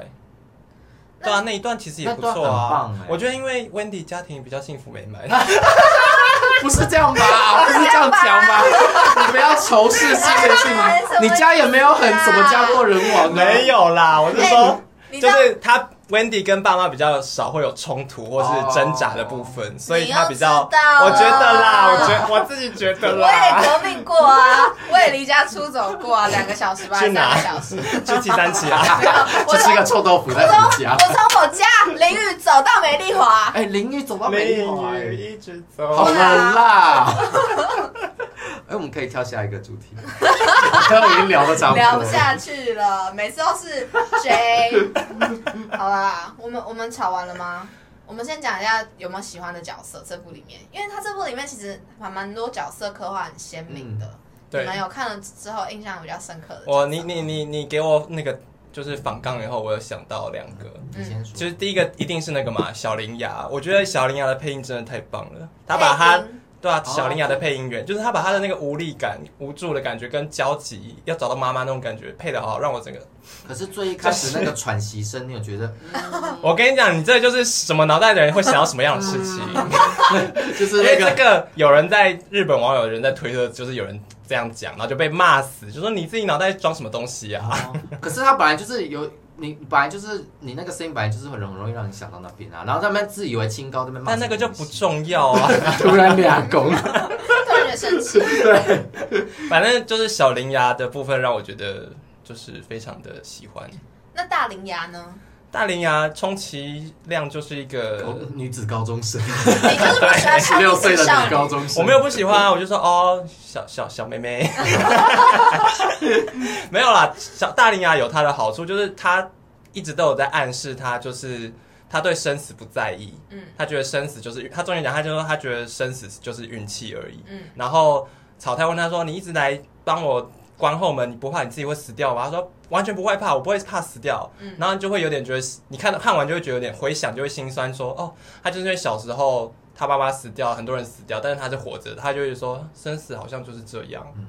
对啊，那一段其实也不那错段很啊棒欸。我觉得因为 Wendy 家庭比较幸福美满，不是这样吧？啊不是这样讲 吧？你不要仇视性的性吗哎什么意思啊？啊你家也没有很什么家破人亡啊， 没有 啦，我是哎说，你知就道是他 Wendy 跟爸妈比较少会有冲突或是挣扎的部分，所以他比较，哦你又知道了啊我觉得啦，我觉我自己觉得我也啦，革命过啊，我也离家出走过啊，两个小时吧，去三哪个小时。去七三七 啊。就我是一个从臭豆腐在你家我。从我家淋雨走到美丽华，哎，淋雨走到没淋 有啊？雨一直好走，冷啊啦！ 哎，我们可以跳下一个主 题，已经聊的差不多了聊不下去了，每次都是 J。好啦，我们我们吵完了吗？我我们先讲一下有没有喜欢的角色，这部里面，因为它这部里面其实还蛮多角色刻画很鲜明的。嗯对你们有看了之后印象比较深刻的角色吗？我你你你你给我那个就是反杠以后，我有想到两个，你先说。其实第一个一定是那个嘛，小林雅，我觉得小林雅的配音真的太棒了，他把他佩音对啊，哦小林雅的配音员，就是他把他的那个无力感、无助的感觉跟焦急要找到妈妈那种感觉配的好，让我整个，可是最一开始那个喘息声，你有觉得我跟你讲，你这就是什么脑袋的人会想到什么样的事情，嗯 就是因那为 这个个有人在日本网友有人在推特，就是有人这样讲，然后就被骂死，就说你自己脑袋装什么东西啊？哦可是他本来就是有你，本来就是你那个声音，本来就是很容容易让你想到那边啊。然后他们自以为清高，那边骂但什么那个就不东西重要啊，突然俩拱，突然觉得生气，反正就是小林牙的部分让我觉得就是非常的喜欢。那大林牙 呢？大林牙充其量就是一个， 女子高中生，你就是不 喜欢 十看六历岁史的少女高女，中生，我没有不喜欢啊，我就说哦，小小小妹妹， 没有啦，小大林啊牙有她的好处，就是她一直都有在暗示她就是。她对生死不在意，嗯她觉得生死就是她中间讲，她就说她觉得生死就是运气而已，嗯，然后草太问他说：“你一直来帮我关后门，你不怕你自己会死掉吗？”他说：“完全不会怕，我不会怕死掉。”嗯然后你就会有点觉得，你看看完就会觉得有点回想，就会心酸说：“哦，他就是因为小时候他爸爸死掉，很多人死掉，但是他是活着的，他就会说生死好像就是这样。嗯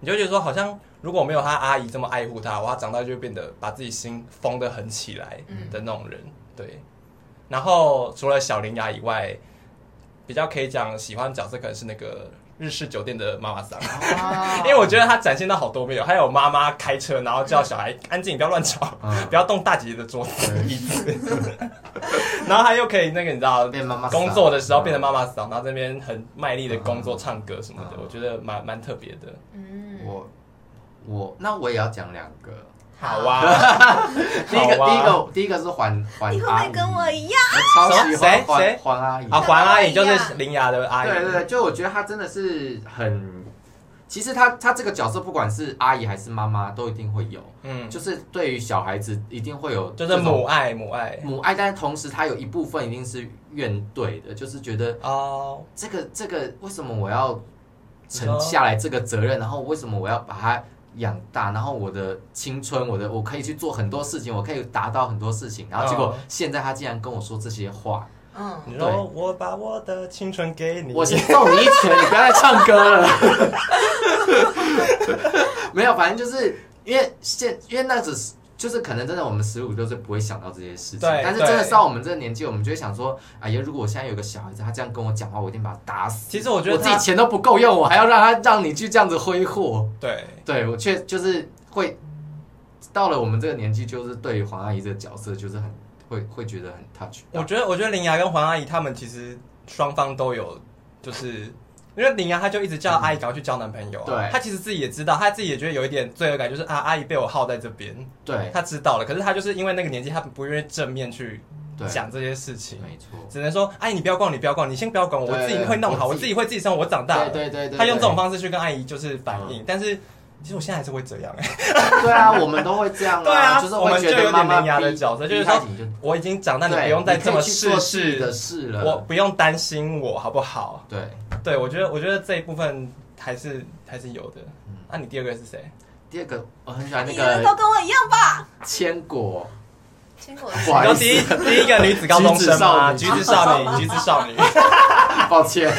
你就会觉得说，好像如果没有他阿姨这么爱护他，我他长大就会变得把自己心封得很起来嗯的那种人。对，然后除了小林牙以外，比较可以讲喜欢的角色可能是那个日式酒店的妈妈桑，哦 因为我觉得她展现到好多面有，哦还有妈妈开车，然后叫小孩安静，不要乱吵，嗯不要动大姐姐的桌子椅子， 然后她又可以那个你知道。变妈妈桑工作的时候变成妈妈桑，然后这边很卖力的工作、唱歌什么的，我觉得蛮蛮特别的。嗯，我我那我也要讲两个，好啊， 第一个好第一啊个第一个是环环你会不阿会姨，跟我一样？我超喜什欢么环谁环阿姨，啊，黄阿姨哎就是林雅的阿姨，对对对，就我觉得她真的是很，其实她她这个角色不管是阿姨还是妈妈都一定会有，嗯，就是对于小孩子一定会有就这是种母爱母爱母爱，但是同时她有一部分一定是怨怼的，就是觉得哦，这个这个为什么我要你承说下来这个责任？然后为什么我要把它养大？然后我的青春，我的我可以去做很多事情，我可以达到很多事情。然后结果嗯现在他竟然跟我说这些话，嗯，你对说我把我的青春给你，我先揍你一拳，你不要再唱歌 了。没有，反正就是因为现因为那只是。就是可能真的，我们十五六岁不会想到这些事情，对但是真的对到我们这个年纪，我们就会想说，哎呀，如果我现在有个小孩子，他这样跟我讲话，我一定把他打死。其实我觉我得自己他钱都不够用，我还要让他让你去这样子挥霍。对，对我却就是会到了我们这个年纪，就是对于黄阿姨这个角色，就是很会会觉得很 touch 我到。觉得我觉得林雅跟黄阿姨他们其实双方都有，就是因为林雅她就一直叫阿姨赶快去交男朋友啊，对她其实自己也知道，她自己也觉得有一点罪恶感，就是啊阿姨被我耗在这边，对她知道了，可是她就是因为那个年纪，她不愿意正面去对，讲这些事情。没错。只能说，阿姨你不要逛，你不要逛，你先不要管我，对我自己会弄好，我我自己自己会自己生活，我长大了对。对对嗯对，他用这种对方式去跟阿姨就是反应，但是其实我现在还是会这样、 欸。对啊，我们都会这样 对啊就是我会们觉就有得点妈妈伶牙的逼角色就是逼他说你就我已经长大，你对不用再你可这以么去做事自己的事，事了。我不用担心我好不好？对，对我觉得，我觉得这一部分还是还是有的。嗯那、你第二个是谁？第二个我很喜欢那你们个都跟我一样吧？千果， 结果不好你意说思第一第一个女子高中生吗？橘橘子子少女， 橘子少女，我抱 歉，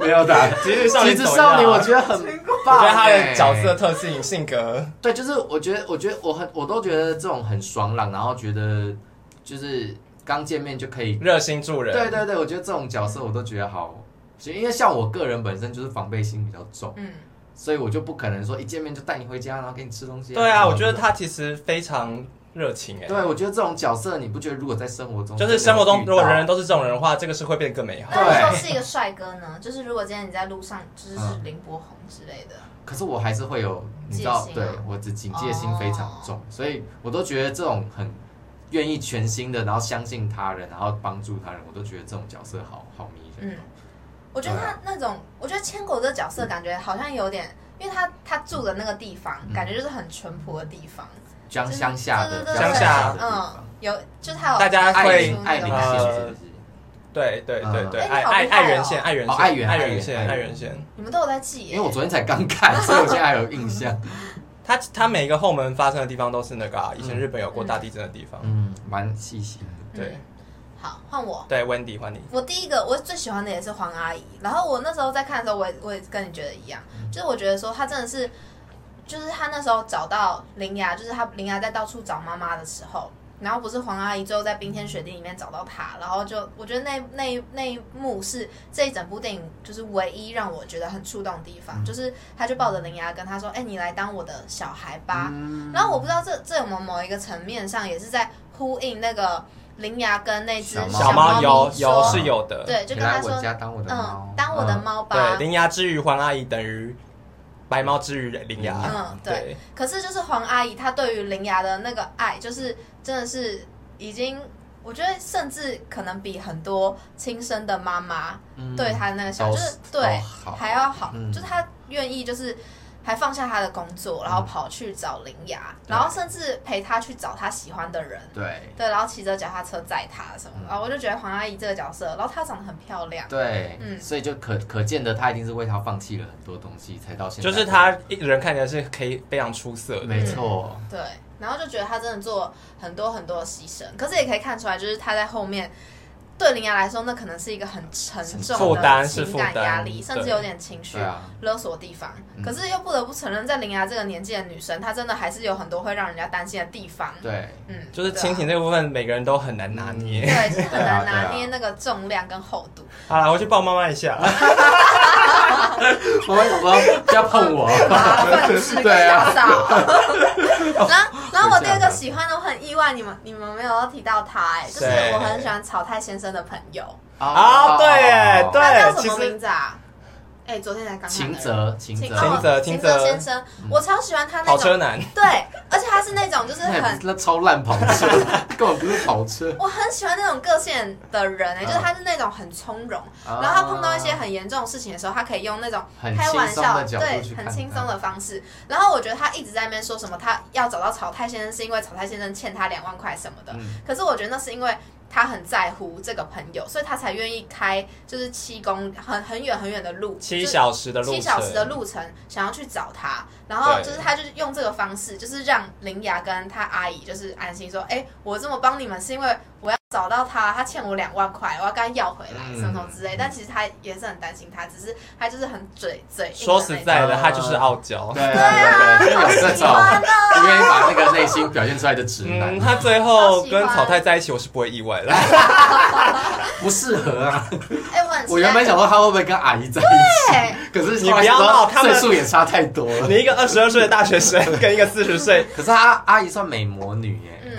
没有打。橘子少女橘子怎么少女，样啊我觉得很棒、觉得她的欸角色特性、性格，对，就是我觉得，我觉得我很，我都觉得这种很爽朗，然后觉得就是刚见面就可以，热心助人。对对对，我觉得这种角色我都觉得好，因为像我个人本身就是防备心比较重，嗯，所以我就不可能说一见面就带你回家，然后给你吃东西。对啊，什么我觉得的，她其实非常热情哎、对我觉得这种角色，你不觉得如果在生活中就是生活真中的如果遇到人人都是这种人的话，这个是会变得更美好。那如果对是一个帅哥呢？就是如果今天你在路上，就是嗯是林柏宏之类的，可是我还是会有，你知道戒，心对啊哦我的警戒心非常重，所以我都觉得这种很愿意全心的，然后相信他人，然后帮助他人，我都觉得这种角色好好迷人。嗯，我觉得啊他那种，我觉得千果这个角色感觉好像有点，因为他他住的那个地方，嗯感觉就是很淳朴的地方，将就是乡下的对对对乡对下的地嗯方，，有就他有大家爱会民爱民那县个呃是不是？对对对对，嗯哎爱你好爱厉害爱人哦线，爱人哦线，爱媛爱爱媛线，爱媛爱人线。你们都有在记耶，因为我昨天才刚看，所以我现在还有印 象。它它每一个后门发生的地方都是那个、啊、以前嗯日本有过大地震的地方。嗯，蛮细心的。嗯对。好，换我。对，Wendy 欢迎。我第一个我最喜欢的也是黄阿姨，然后我那时候在看的时候，我也我也跟你觉得一样，嗯就是我觉得说她真的是，就是她那时候找到林雅，就是她林雅在到处找妈妈的时候，然后不是黄阿姨最后在冰天雪地里面找到她，然后就我觉得那那那一幕是这一整部电影就是唯一让我觉得很触动的地嗯方，就是她就抱着林雅跟她说：“哎、你来当我的小孩吧。嗯然后我不知道这这有没有某一个层面上也是在呼应那个林牙跟那只小猫小猫咪有有说是有的。对，就你跟他来说我，家当我的猫嗯，，当我的猫吧对，。铃芽之于黄阿姨等于白猫之于铃芽。嗯对对可是就是黄阿姨，她对于林牙的那个爱，就是真的是已经，我觉得甚至可能比很多亲生的妈妈嗯对她那个小，都就是都对好还要好，嗯就是她愿意就是。还放下她的工作，然后跑去找林牙，嗯对然后甚至陪她去找她喜欢的人，对对，然后骑着脚踏车载她什么的，嗯然后我就觉得黄阿姨这个角色，然后她长得很漂亮，对，嗯所以就可可见的，他一定是为他放弃了很多东西，才到现在。就是他一人看起来是可以非常出色的。没错，对，然后就觉得他真的做很多很多的牺牲，可是也可以看出来，就是他在后面对林雅来说，那可能是一个很沉重负的担是情负感担压力，甚至对有点情绪对啊，勒索地方。嗯可是又不得不承认，在林雅这个年纪的女生，她真的还是有很多会让人家担心的地方。对，嗯，就是对啊亲情这部分，每个人都很难拿捏。对，就是很难 对啊对啊拿捏那个重量跟厚 度。好啦，我去抱妈妈一下。我我不要碰 我，麻烦事跟对啊大嫂。 然后，然后我第二个喜欢的，我很意外，你们你们没有提到他、哎，就是谁我很喜欢草太先生的朋友。啊对耶对他叫什其么实名字啊？哎、昨天才刚看的哦秦泽，秦秦泽，嗯哦泽秦秦泽泽先生，我超喜欢他那跑车种，男，对，而且他是那种就是那也不很是。那超烂跑车，根本不是跑车。我很喜欢那种个性的人哎、就是他是那种很从容，然后他碰到一些啊很严重的事情的时候，他可以用那种很开玩轻松笑，的角度对去，很看待轻松的方式。然后我觉得他一直在那边说什么，他要找到草太先生是因为草太先生欠他两万块什么的。嗯可是我觉得那是因为他很在乎这个朋友，所以他才愿意开就是七公很很远很远的路，七就是小时的路程，七小时的路程，想要去找他，然后对就是他就是用这个方式，就是让林雅跟他阿姨就是安心说，哎、我这么帮你们是因为我要找到他，他欠我两万块，我要跟他要回来，嗯什么什么之类。但其实他也是很担心他，只是他就是很嘴嘴硬的那种。说实在的，啊他就是傲娇。对啊，对对，就是有这种好喜不愿意把那个内心表现出来的直嗯，男，他最后跟草太在一起，我是不会意外的。不适合啊。哎、我很期待我原本想说他会不会跟阿姨在一对起，可是你不要闹他们岁数也差太多了你。一个二十二岁的大学生，跟一个四十岁，可是他阿姨算美魔女耶，嗯，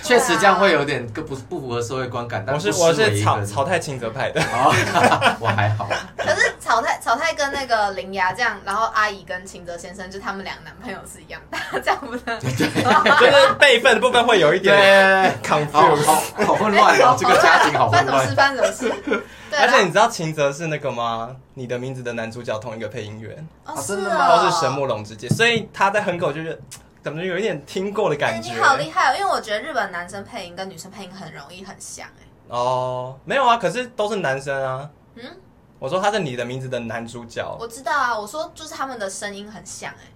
确实这样会有点个不不符合社会观感。但我是不失我为是一草个草太清泽 派的。哦，我还好，可是草太草太跟那个林雅这样，然后阿姨跟秦泽先生就他们两个男朋友是一样大， 这样不能就是辈分的部分会有一点对，好 confuse。好好混乱哦，这 个家庭好翻混什么事翻乱。什么事？ 对，啊而且你然知道秦泽是那个吗？你的名字的男主角同一个配音员，后哦啊是真的吗哦都是神木隆之介，所以他在哼口就是怎么有一点听过的哎，感觉你。好厉害、哦，因为我觉得日本男生配音跟女生配音很容易很像哎、哦，没有啊，可是都是男生啊。嗯，我说他是你的名字的男主角。我知道啊，我说就是他们的声音很像哎、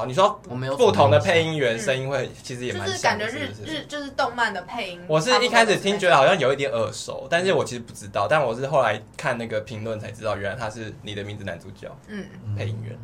哦，你说我没有不同的配音，音员声音会其实也蛮就是像感觉的。日是不是日就是动漫的配音。我是一开始听觉得得好像有一点耳熟，但是我其实不知道，但我是后来看那个评论才知道，原来他是你的名字男主角嗯，配音员。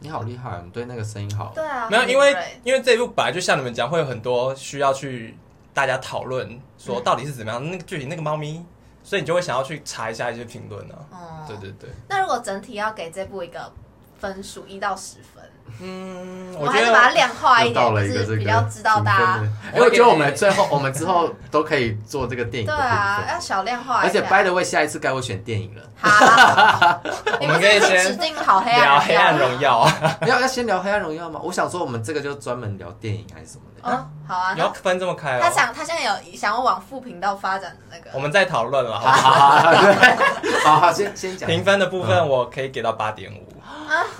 你好厉害哦，你对那个声音好。对啊，没有，很因为对因为这一部本来就像你们讲，会有很多需要去大家讨论，嗯说到底是怎么样、那个具体那个猫咪，所以你就会想要去查一下一些评论啊。哦、对对对，那如果整体要给这部一个分数一到十分，嗯，我我还觉是把它得量化一又到点，了就一个这是个比较知道大评家 分的因为哎我觉得我们最后，我们之后都可以做这个电影的对评啊，分，要小量化一而且下。 by the way，下一次该我选电影了， 好， 我你们们可以是不是指先定好黑聊暗《黑暗荣耀》啊，要要先聊《黑暗荣耀》吗？我想说我们这个就专门聊电影还是什么的。哦，好啊， 你那要分这么开他哦。想他现在有想要往副频道发展的那个我，们再讨论了，好不好好？好好，对，好好先先讲评分的部分嗯我可以给到八点五，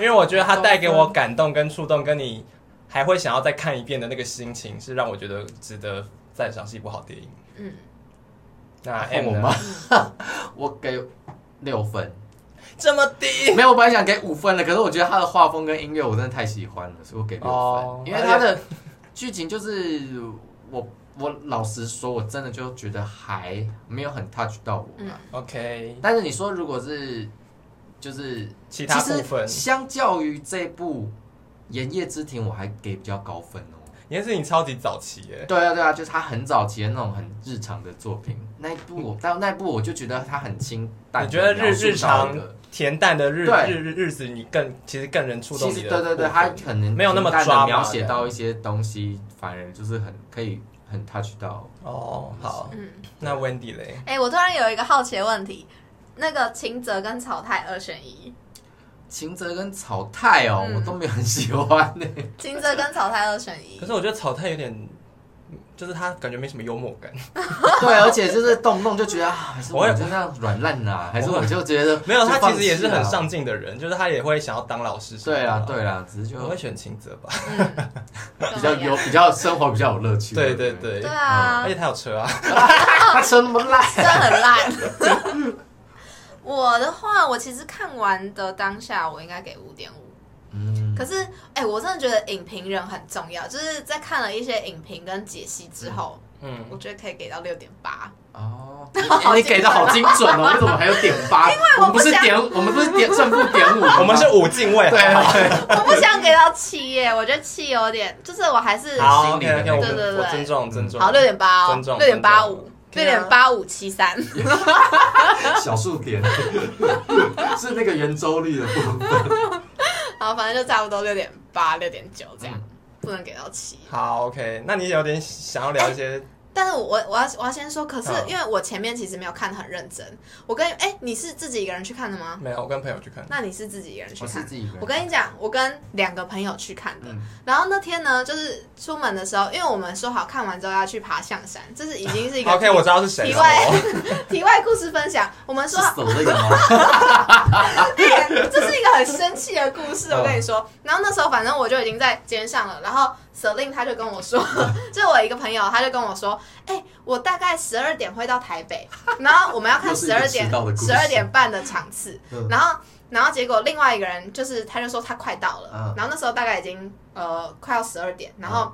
因为我觉得它带给我感动跟触动，跟你还会想要再看一遍的那个心情，是让我觉得值得赞赏是一部好电影。嗯，那换 M 我呢吗？ 我给六分，这么 低，没有，我本来想给五分的，可是我觉得他的画风跟音乐我真的太喜欢了，所以我给六分。哦因为他的剧情就是我我老实说，我真的就觉得还没有很 touch 到我啦。 OK，但是你说如果是就是其他部分其实相较于这部《炎夜之庭》，我还给比较高分哦。也是你超级早期耶。对啊，对啊，就是他很早期的那种很日常的作品。那一部我，但那一部我就觉得他很清淡。你觉得日日常的，恬淡的日对日日日子，你更其实更能触动其你实的。对对对，他可能没有那么平淡地抓嘛描写到一些东西，反而就是很可以很 touch 到。哦，好，嗯，那 Wendy 嘞，哎、我突然有一个好奇的问题，那个秦泽跟草太二选一，秦泽跟草太哦，嗯我都没有很喜欢 呢、秦泽跟草太二选一可，是我觉得草太有点，就是他感觉没什么幽默 感，对，而且就是动不动就觉得啊，还是我我也就那样软烂呐，还是我就觉得没有，他就放其实也是弃很啦。上进的人，就是他也会想要当老师。对啊啦，，对啦，只是就我会选秦泽吧。嗯，比较有比较生活比较有乐趣。 对不对，对对，啊而且，他有车啊。他车那么烂。真的很烂。我的话，我其实看完的当下，我应该给五点五。嗯可是，哎、我真的觉得影评人很重要，就是在看了一些影评跟解析之后，嗯，我觉得可以给到六点八。哦，你给的好精准哦，为什么还有点八？因为我们不不是想点，我们不是点正负点五，我们是五进位，对啊好不好我不想给到七耶，我觉得七有点，就是我还是好心里，OK 的 OK，我对对们对我尊重尊重。好六点八哦尊，重六点八五，六尊重点八五七三。小数点，是那个圆周率的部分。 好，反正就差不多六点八、六点九这样，嗯不能给到七。好，OK，那你有点想要聊一些但是我我我要我要先说，可是嗯因为我前面其实没有看得很认真，我跟哎、你是自己一个人去看的吗？没有？我跟朋友去看，那你是自己一个人去我是看？自己一个人我跟你讲，我跟两个朋友去看的。嗯然后那天呢，就是出门的时候，因为我们说好看完之后要去爬象山，这是已经 是一个 OK，我知道是谁题了。好外不好题外故事分享。我们是说好走那个吗？这是一个很生气的故事，嗯我跟你说。然后那时候反正我就已经在街上了，然后舍令他就跟我 说，就是我一个朋友，他就跟我说，哎、我大概十二点会到台北，然后我们要看又是一十个二迟点到的故事十二点半的场次嗯，然后。然后结果另外一个人就是，他就说他快到了，嗯然后那时候大概已经呃快要十二点，然后、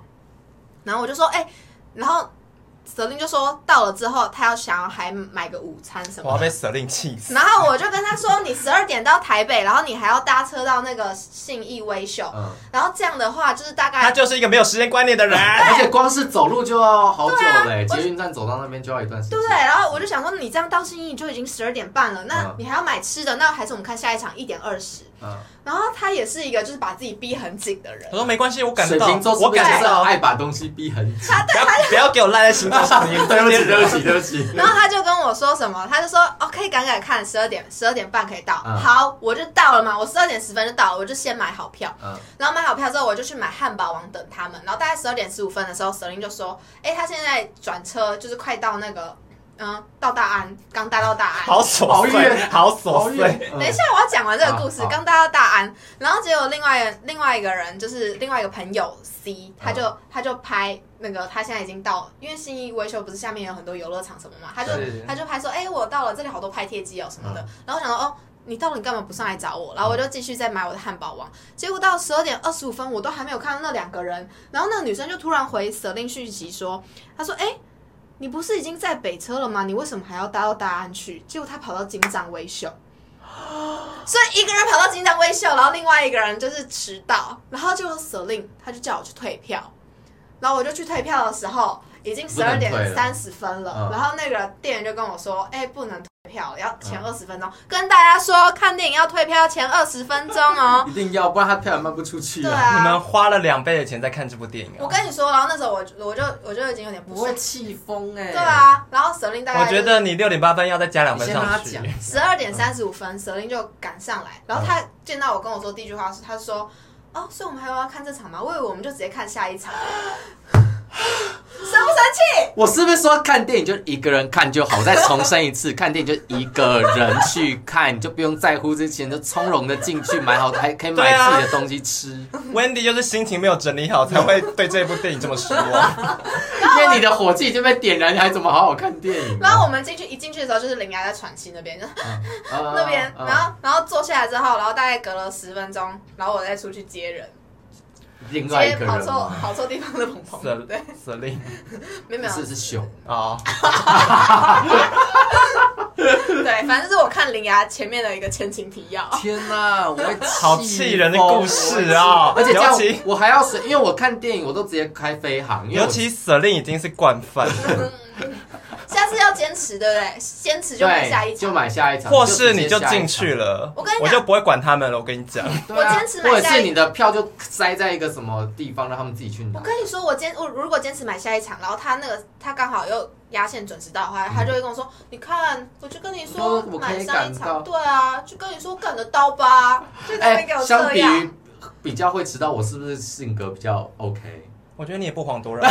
然后我就说哎、然后舍令就说到了之后他要想要还买个午餐什么的 我要被舍令 气死。然后我就跟他说，你十二点到台北，然后你还要搭车到那个信义威秀，嗯，然后这样的话就是大他概就是一个没有时间观 念的人。而且光是走路就要好久对嘞，啊捷运站走到那边就要一段时间对不。对？然后我就想说，你这样到信义就已经十二点半了，那嗯你还要买吃的，那还是我们看下一场一点二十。嗯，然后他也是一个就是把自己逼很紧的人我，说没关系，我感水到瓶座，是我不是就感是到，爱把东西逼很紧？不要不要给我赖在心中上，你对 不起，对不起，对不起。 然后他就跟我说什么，他就说哦，可以赶赶看，十二点十二点半可以到。嗯好，我就到了嘛，我十二点十分就到了，我就先买好票。嗯然后买好票之后，我就去买汉堡王等他们。然后大概十二点十五分的时候，舍林就说：“哎、他现在转车，就是快到那个，嗯，到大安，刚搭到大安。好琐好碎，远好琐碎。嗯等一下，我要讲完这个故事好。好刚搭到大安，然后结果另外另外一个人就是另外一个朋友 C，他就、嗯他就拍那个他现在已经到，因为信义维修不是下面有很多游乐场什么嘛，他就对他就拍说，哎、我到了，这里好多拍贴机哦什么的。然后我想说，哦，你到了，你干嘛不上来找我？然后我就继续在买我的汉堡王。结果到十二点二十五分，我都还没有看到那两个人。然后那个女生就突然回舍令讯息说，她说，哎、你不是已经在北车了吗？你为什么还要搭到大安去？结果她跑到警长维修，所以一个人跑到警长微秀，然后另外一个人就是迟到，然后就舍令，他就叫我去退票，然后我就去退票的时候已经不十能二退点了三十分了，嗯，然后那个店员就跟我说，哎、不能退票，要前二十分嗯钟，跟大家说看电影要退票前二十分钟哦 一定要，不然他票也卖不出去对啊。啊，你们花了两倍的钱在看这部电影啊！我跟你说，然后那时候我就我就我就已经有点不不会会，气疯哎。对。啊，然后舍令大概我觉得你六点八分要再加两你分先让他上去讲。。十二点三十五分，舍令就赶上嗯来，然后他见到我跟我说 第一句话是，他说：“哦，所以我们还有要看这场吗？我以为我们就直接看下一场。”生不生我是不是说看电影就一个人看就好？我再重申一次，看电影就一个人去看，你就不用在乎这些，你就从容的进去买好，还可以买对啊自己的东西吃， Wendy 就是心情没有整理好，才会对这部电影这么失望。因为你的火气已经被点燃，你还怎么好好看电影气？啊？然后我们进去一进去的时候，就是林雅在喘气那边，就啊那边，啊然后然后坐下来之后，然后大概隔了十分钟，然后我再出去接人，另外一接个跑人啊错吗，跑错地方的鹏鹏， 对，司令没有没不有，是是熊，啊，对，反正是我看林雅前面的一个前情提 要，天哪，我会好气人的故事啊！而且这尤样其我还要是，因为我看电影我都直接开飞航，因为尤我其司令已经是惯 犯，下次要坚持，对不对？坚持就买下一对场，就买下一场，或是你就直接下一进场去了，我跟你讲我就不会管他们了。我跟你讲，对啊我坚持买或者下一是你的票就塞在一个什么地方，让他们自己去拿我。跟你说，我坚我如果坚持买下一场，然后他那个他刚好又压线准时到的话，他就会跟我说：“你看，我就跟你说我嗯哦都我可买上以一赶场，到对啊，就跟你说赶得到吧。”就在那边给我哎相这比样于。比较会迟到，我是不是性格比较 OK？ 我觉得你也不遑 多让。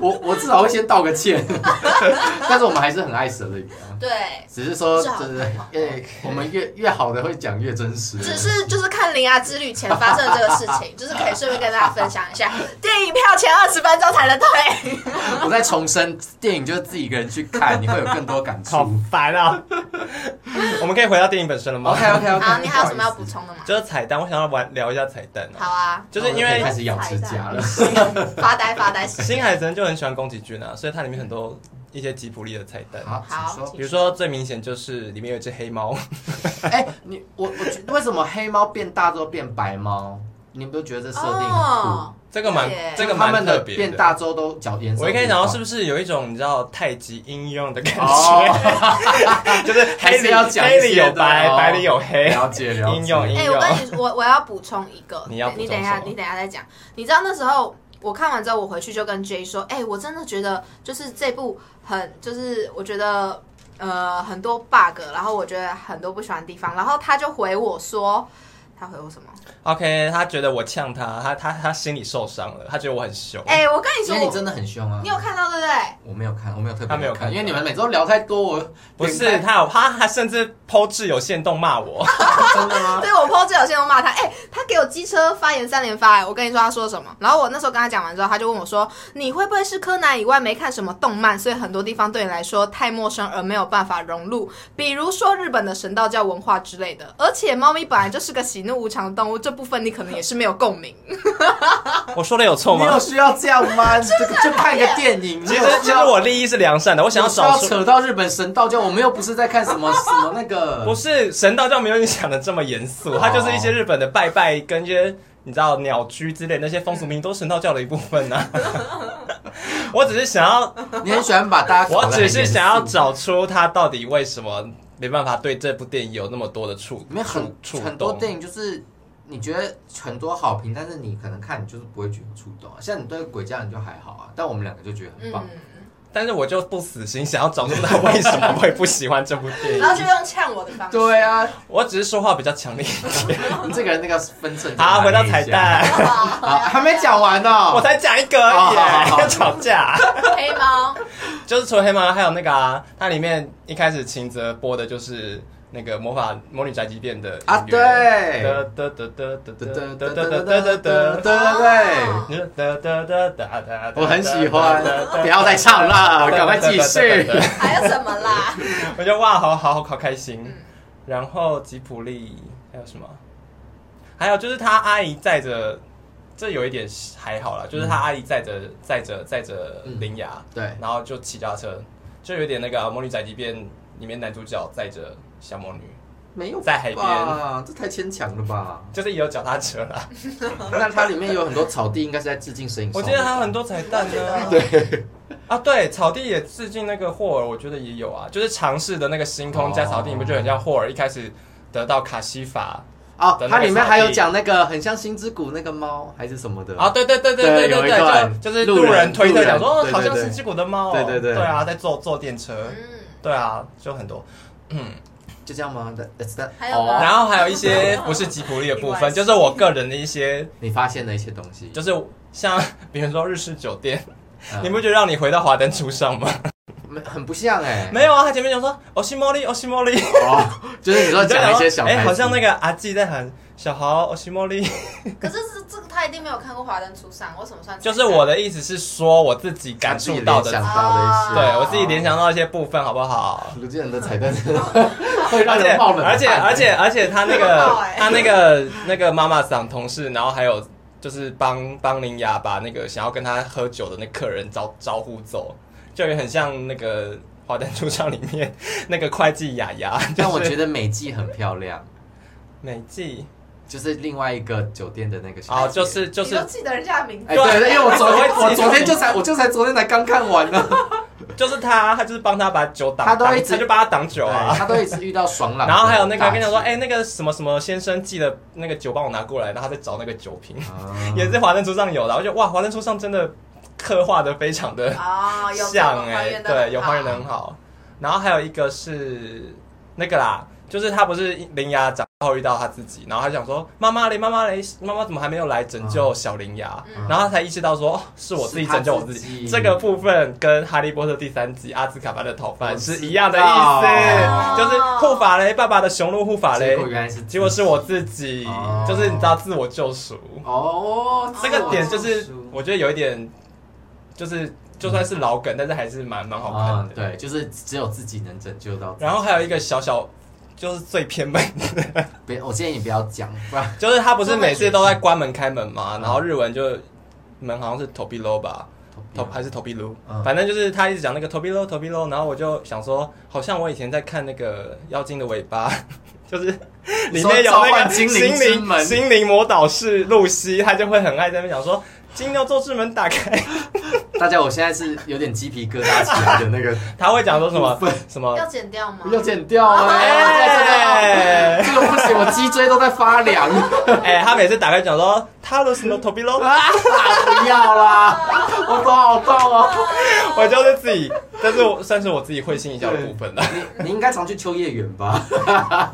我我至少会先道个歉， 但是我们还是很爱舍利啊。对，只是说，至少对对对，因为我们越越好的会讲越真实。只是就是看铃芽之旅前发生的这个事情， 就是可以顺便跟大家分享一下，电影票前二十分钟才能退。我再重申，电影就是自己一个人去看，你会有更多感触好。烦啊！ 我们可以回到电影本身了吗 OK OK OK，好，你还有什么要补？充的吗？就是彩蛋，我想要玩聊一下彩蛋啊，好啊，就是因为开始咬指甲了。发呆发呆。新海诚就很喜欢宫崎骏啊，所以它里面很多一些吉普力的彩蛋，好，请说好比如说最明显就是里面有一只黑猫，哎、你我我觉得为什么黑猫变大之后变白猫？你们都觉得这设定很酷？哦，这个蛮对这个他蛮们特的别变大之后都角颜色。我一开始想到是不是有一种你知道太极应用的感觉， 哦，就是还黑是里要讲一黑些里有白，的哦白里有黑。了解了解。应用应哎、我跟你我我要补充一个，你要补充你等一下什，么你等一下再讲。你知道那时候我看完之后，我回去就跟 J 说，哎、我真的觉得就是这部很，就是我觉得呃很多 bug，然后我觉得很多不喜欢的地方，然后他就回我说，他回我什么？ OK，他觉得我呛他，他他他心里受伤了，他觉得我很凶。哎、我跟你因说，为你我真的很凶啊！你有看到对不对？我没有看，我没有特别他没有看因为你们每周聊太多，我不哎是他有他他甚至剖制有限动 骂我，真的 吗？对我 PO 最有线都骂他，哎、他给我机车发言三连发、哎我跟你说他说什么？然后我那时候跟他讲完之后，他就问我说：“你会不会是柯南以外没看什么动漫，所以很多地方对你来说太陌生而没有办法融入，比如说日本的神道教文化之类的。而且猫咪本来就是个喜怒无常的动物，这部分你可能也是没有共鸣。我说的有错你有吗？需要这样 吗？这个就看个电影。其实其实我利益是良善的，我想想要要找出扯到日本神道教，我们又不是在看什么什么那 不个。是神道教没有你想的这么严肃，哦它就是一些日本的拜拜跟一些你知道鸟居之类的那些风 俗民都是神道教的一部分呐、 我只是想要，你很喜欢把大家搞我得很只严肃，是想要找出他到底为什么没办法对这部电影有那么多的触里面很触很多动。电影就是你觉得很多好评，但是你可能看你就是不会觉得触动啊。像你对鬼家人就还好啊，但我们两个就觉得很棒嗯。，但是我就不死心，想要找出他为什么会不喜欢这部电然后就影。用呛我的方式。对啊，我只是说话比较强烈一点。你这个人那个分寸。好，回到彩，蛋，啊，还没讲完哦呢。我才讲一个而已，好好好要吵架。黑猫，就是除了黑猫，还有那个啊，它里面一开始秦泽播的就是那个魔法魔女宅急便的音乐啊，对，得得得得得对对对得得对得得对对对得得得。对。得得得得得，我很喜欢，不要再唱了，啊赶快继续。还有什么 啦？我觉得哇，好好好开心嗯。然后吉普力还有什么？还有就是他阿姨载着，这有一点还好啦，就是他阿姨载着载着载着林雅，嗯对，然后就骑脚踏车，就有点那个《魔女宅急便》里面男主角载着小魔女，没有在海吧边？这太牵强了吧？就是也有脚踏车啦。嗯那它里面有很多草地，应该是在致敬《神隐少我女记》得还有很多彩蛋呢、对啊，对，草地也致敬那个霍尔，我觉得也有啊，就是尝试的那个星空加草地，哦你不觉得很像霍尔一开始得到卡西法哦，它里面还有的那个草地讲那个很像《星之谷》那个猫还是什么的啊？对对对对对对有一对，段就就是路路人人推特讲说，路哦人对对好像对是之谷的猫哦，对对对对啊，在坐坐电车，嗯，对啊，就很多，嗯，就这样吗？That- that's that 还有哦吗然后还有一些不是吉普力的部分，就是我个人的一些，你发现了一些东西，就是像 比如说日式酒店，嗯你不觉得让你回到华灯初上吗？没很不像哎、没有啊，他前面就说哦西莫利哦西莫利，哦，就是你说 讲一些小哎、台词好像那个阿纪在喊小豪哦西莫利， 可是这这个他一定没有看过《华灯初上》，我什么算？就是我的意思是说我自己感受到自的己联，想到的一些，对我自己联想到一些部分，好不好？卢建人的彩蛋真的会让而且人冒冷汗而且而且而且他那冒个哎他那个那个妈妈桑同事，然后还有就是帮帮林雅把那个想要跟他喝酒的那客人招招呼走，就也很像那个《华灯初上》里面那个会计雅雅，就 但我是觉得美纪很漂亮，美纪就是另外一个酒店的那个小哦，姐就是就你是都记得人家的名字哎、，对，因为我昨天 我会我昨天就才我就才昨天才刚看完呢，就是他，他就是帮他把酒挡，他都一直他就帮他挡酒啊 对。他都一直遇到爽朗的大姐， 然后还有那个跟你讲说，哎、那个什么什么先生寄的那个酒帮我拿过来，然后他在找那个酒瓶，啊也是华灯初上有的，然后就哇，华灯初上真的刻画的非常的啊，有像欸还原的，对，有还原的的很好。然后还有一个是那个啦，就是他不是灵牙长大后遇到他自己，然后他想说妈妈嘞，妈妈嘞，妈妈怎么还没有来拯救小灵牙？嗯然后他才意识到说、哦是我自己拯救我自是他自己。己这个部分跟《哈利波特》第三集阿兹卡班的逃犯我知道是一样的意哦思，就是护法嘞，爸爸的雄鹿护法结嘞，果原来是结果是我自己，哦就是你知道自我救赎。哦，这个点就是自我救赎我觉得有一点，就是就算是老梗，但是还是蛮蛮好看啊的。，对，就是只有自己能拯救到自己。然后还有一个小小，就是最偏门，别，我建议你不要讲，不然 就是他不是每次都在关门开门啊嘛，然后日文就门好像是 t o b i l o 吧，头还是 t o b i l o 嗯反正就是他一直讲那个 t o b i l o t o b i l o 然后我就想说，好像我以前在看那个《妖精的尾巴》。 就是里面有召那唤个精心灵之灵门心灵魔导士露西，他就会很爱在那边讲说“金牛座之门打开”，大家，我现在是有点鸡皮疙瘩起来的那个，他会讲说什么部分什么要剪掉吗？要剪掉啊！哎这个不行，我脊椎都在发凉，哎、他每次打开讲说 Talos no Tobilo，啊不要啦， 我头好痛哦。 我就是自己，但是我算是我自己会心一笑的部分 了。你应该常去秋叶原吧？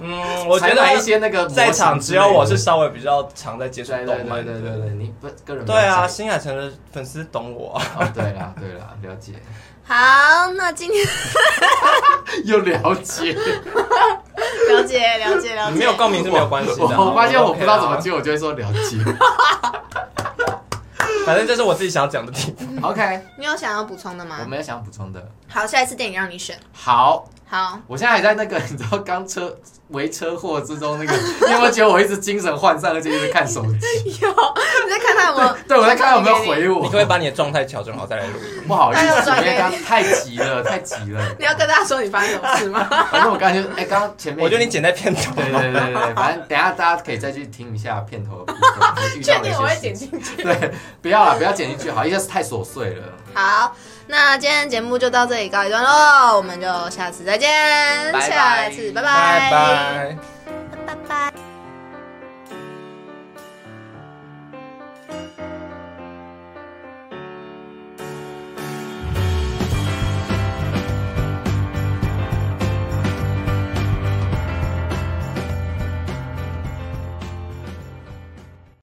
嗯，我觉才买一得些那个模型在场只有我是稍微比较常在接之触类的动对对漫对对的。对，你不个人对啊，是新海诚的粉丝懂我。哦，对啦对啦，了解好，那今天 又了解。了解了解了你解，没有共鸣是没有关系的啊。我我发现我不知道怎么 OK 接，我就会说了解。啊，反正这是我自己想要讲的地 方。OK，你有想要补充的 我吗？没有想补充的。好，下一次电影让你选。好， 好，我现在还在那个，你知道刚车为车祸之中那个，你有没有觉得我一直精神涣散，而且一直看手机？你在看看我，对，我在看有没有给你。回你我可不。可以把你的状态调整好再来 录？不好意思，哎呦因转给为你刚太急了，太急了。你要跟大家说你发生什么事 吗？反正我刚才就，哎，刚刚前面，我觉得你。剪在片头。对对对对对， 反正等一下大家可以再去听一下片头的部分。确定我会剪进进去。去？对，不要了，不要剪进去，好，因为是太琐碎了。好，那今天节目就到这里告一段落，我们就下次再见，拜拜下次拜 拜拜。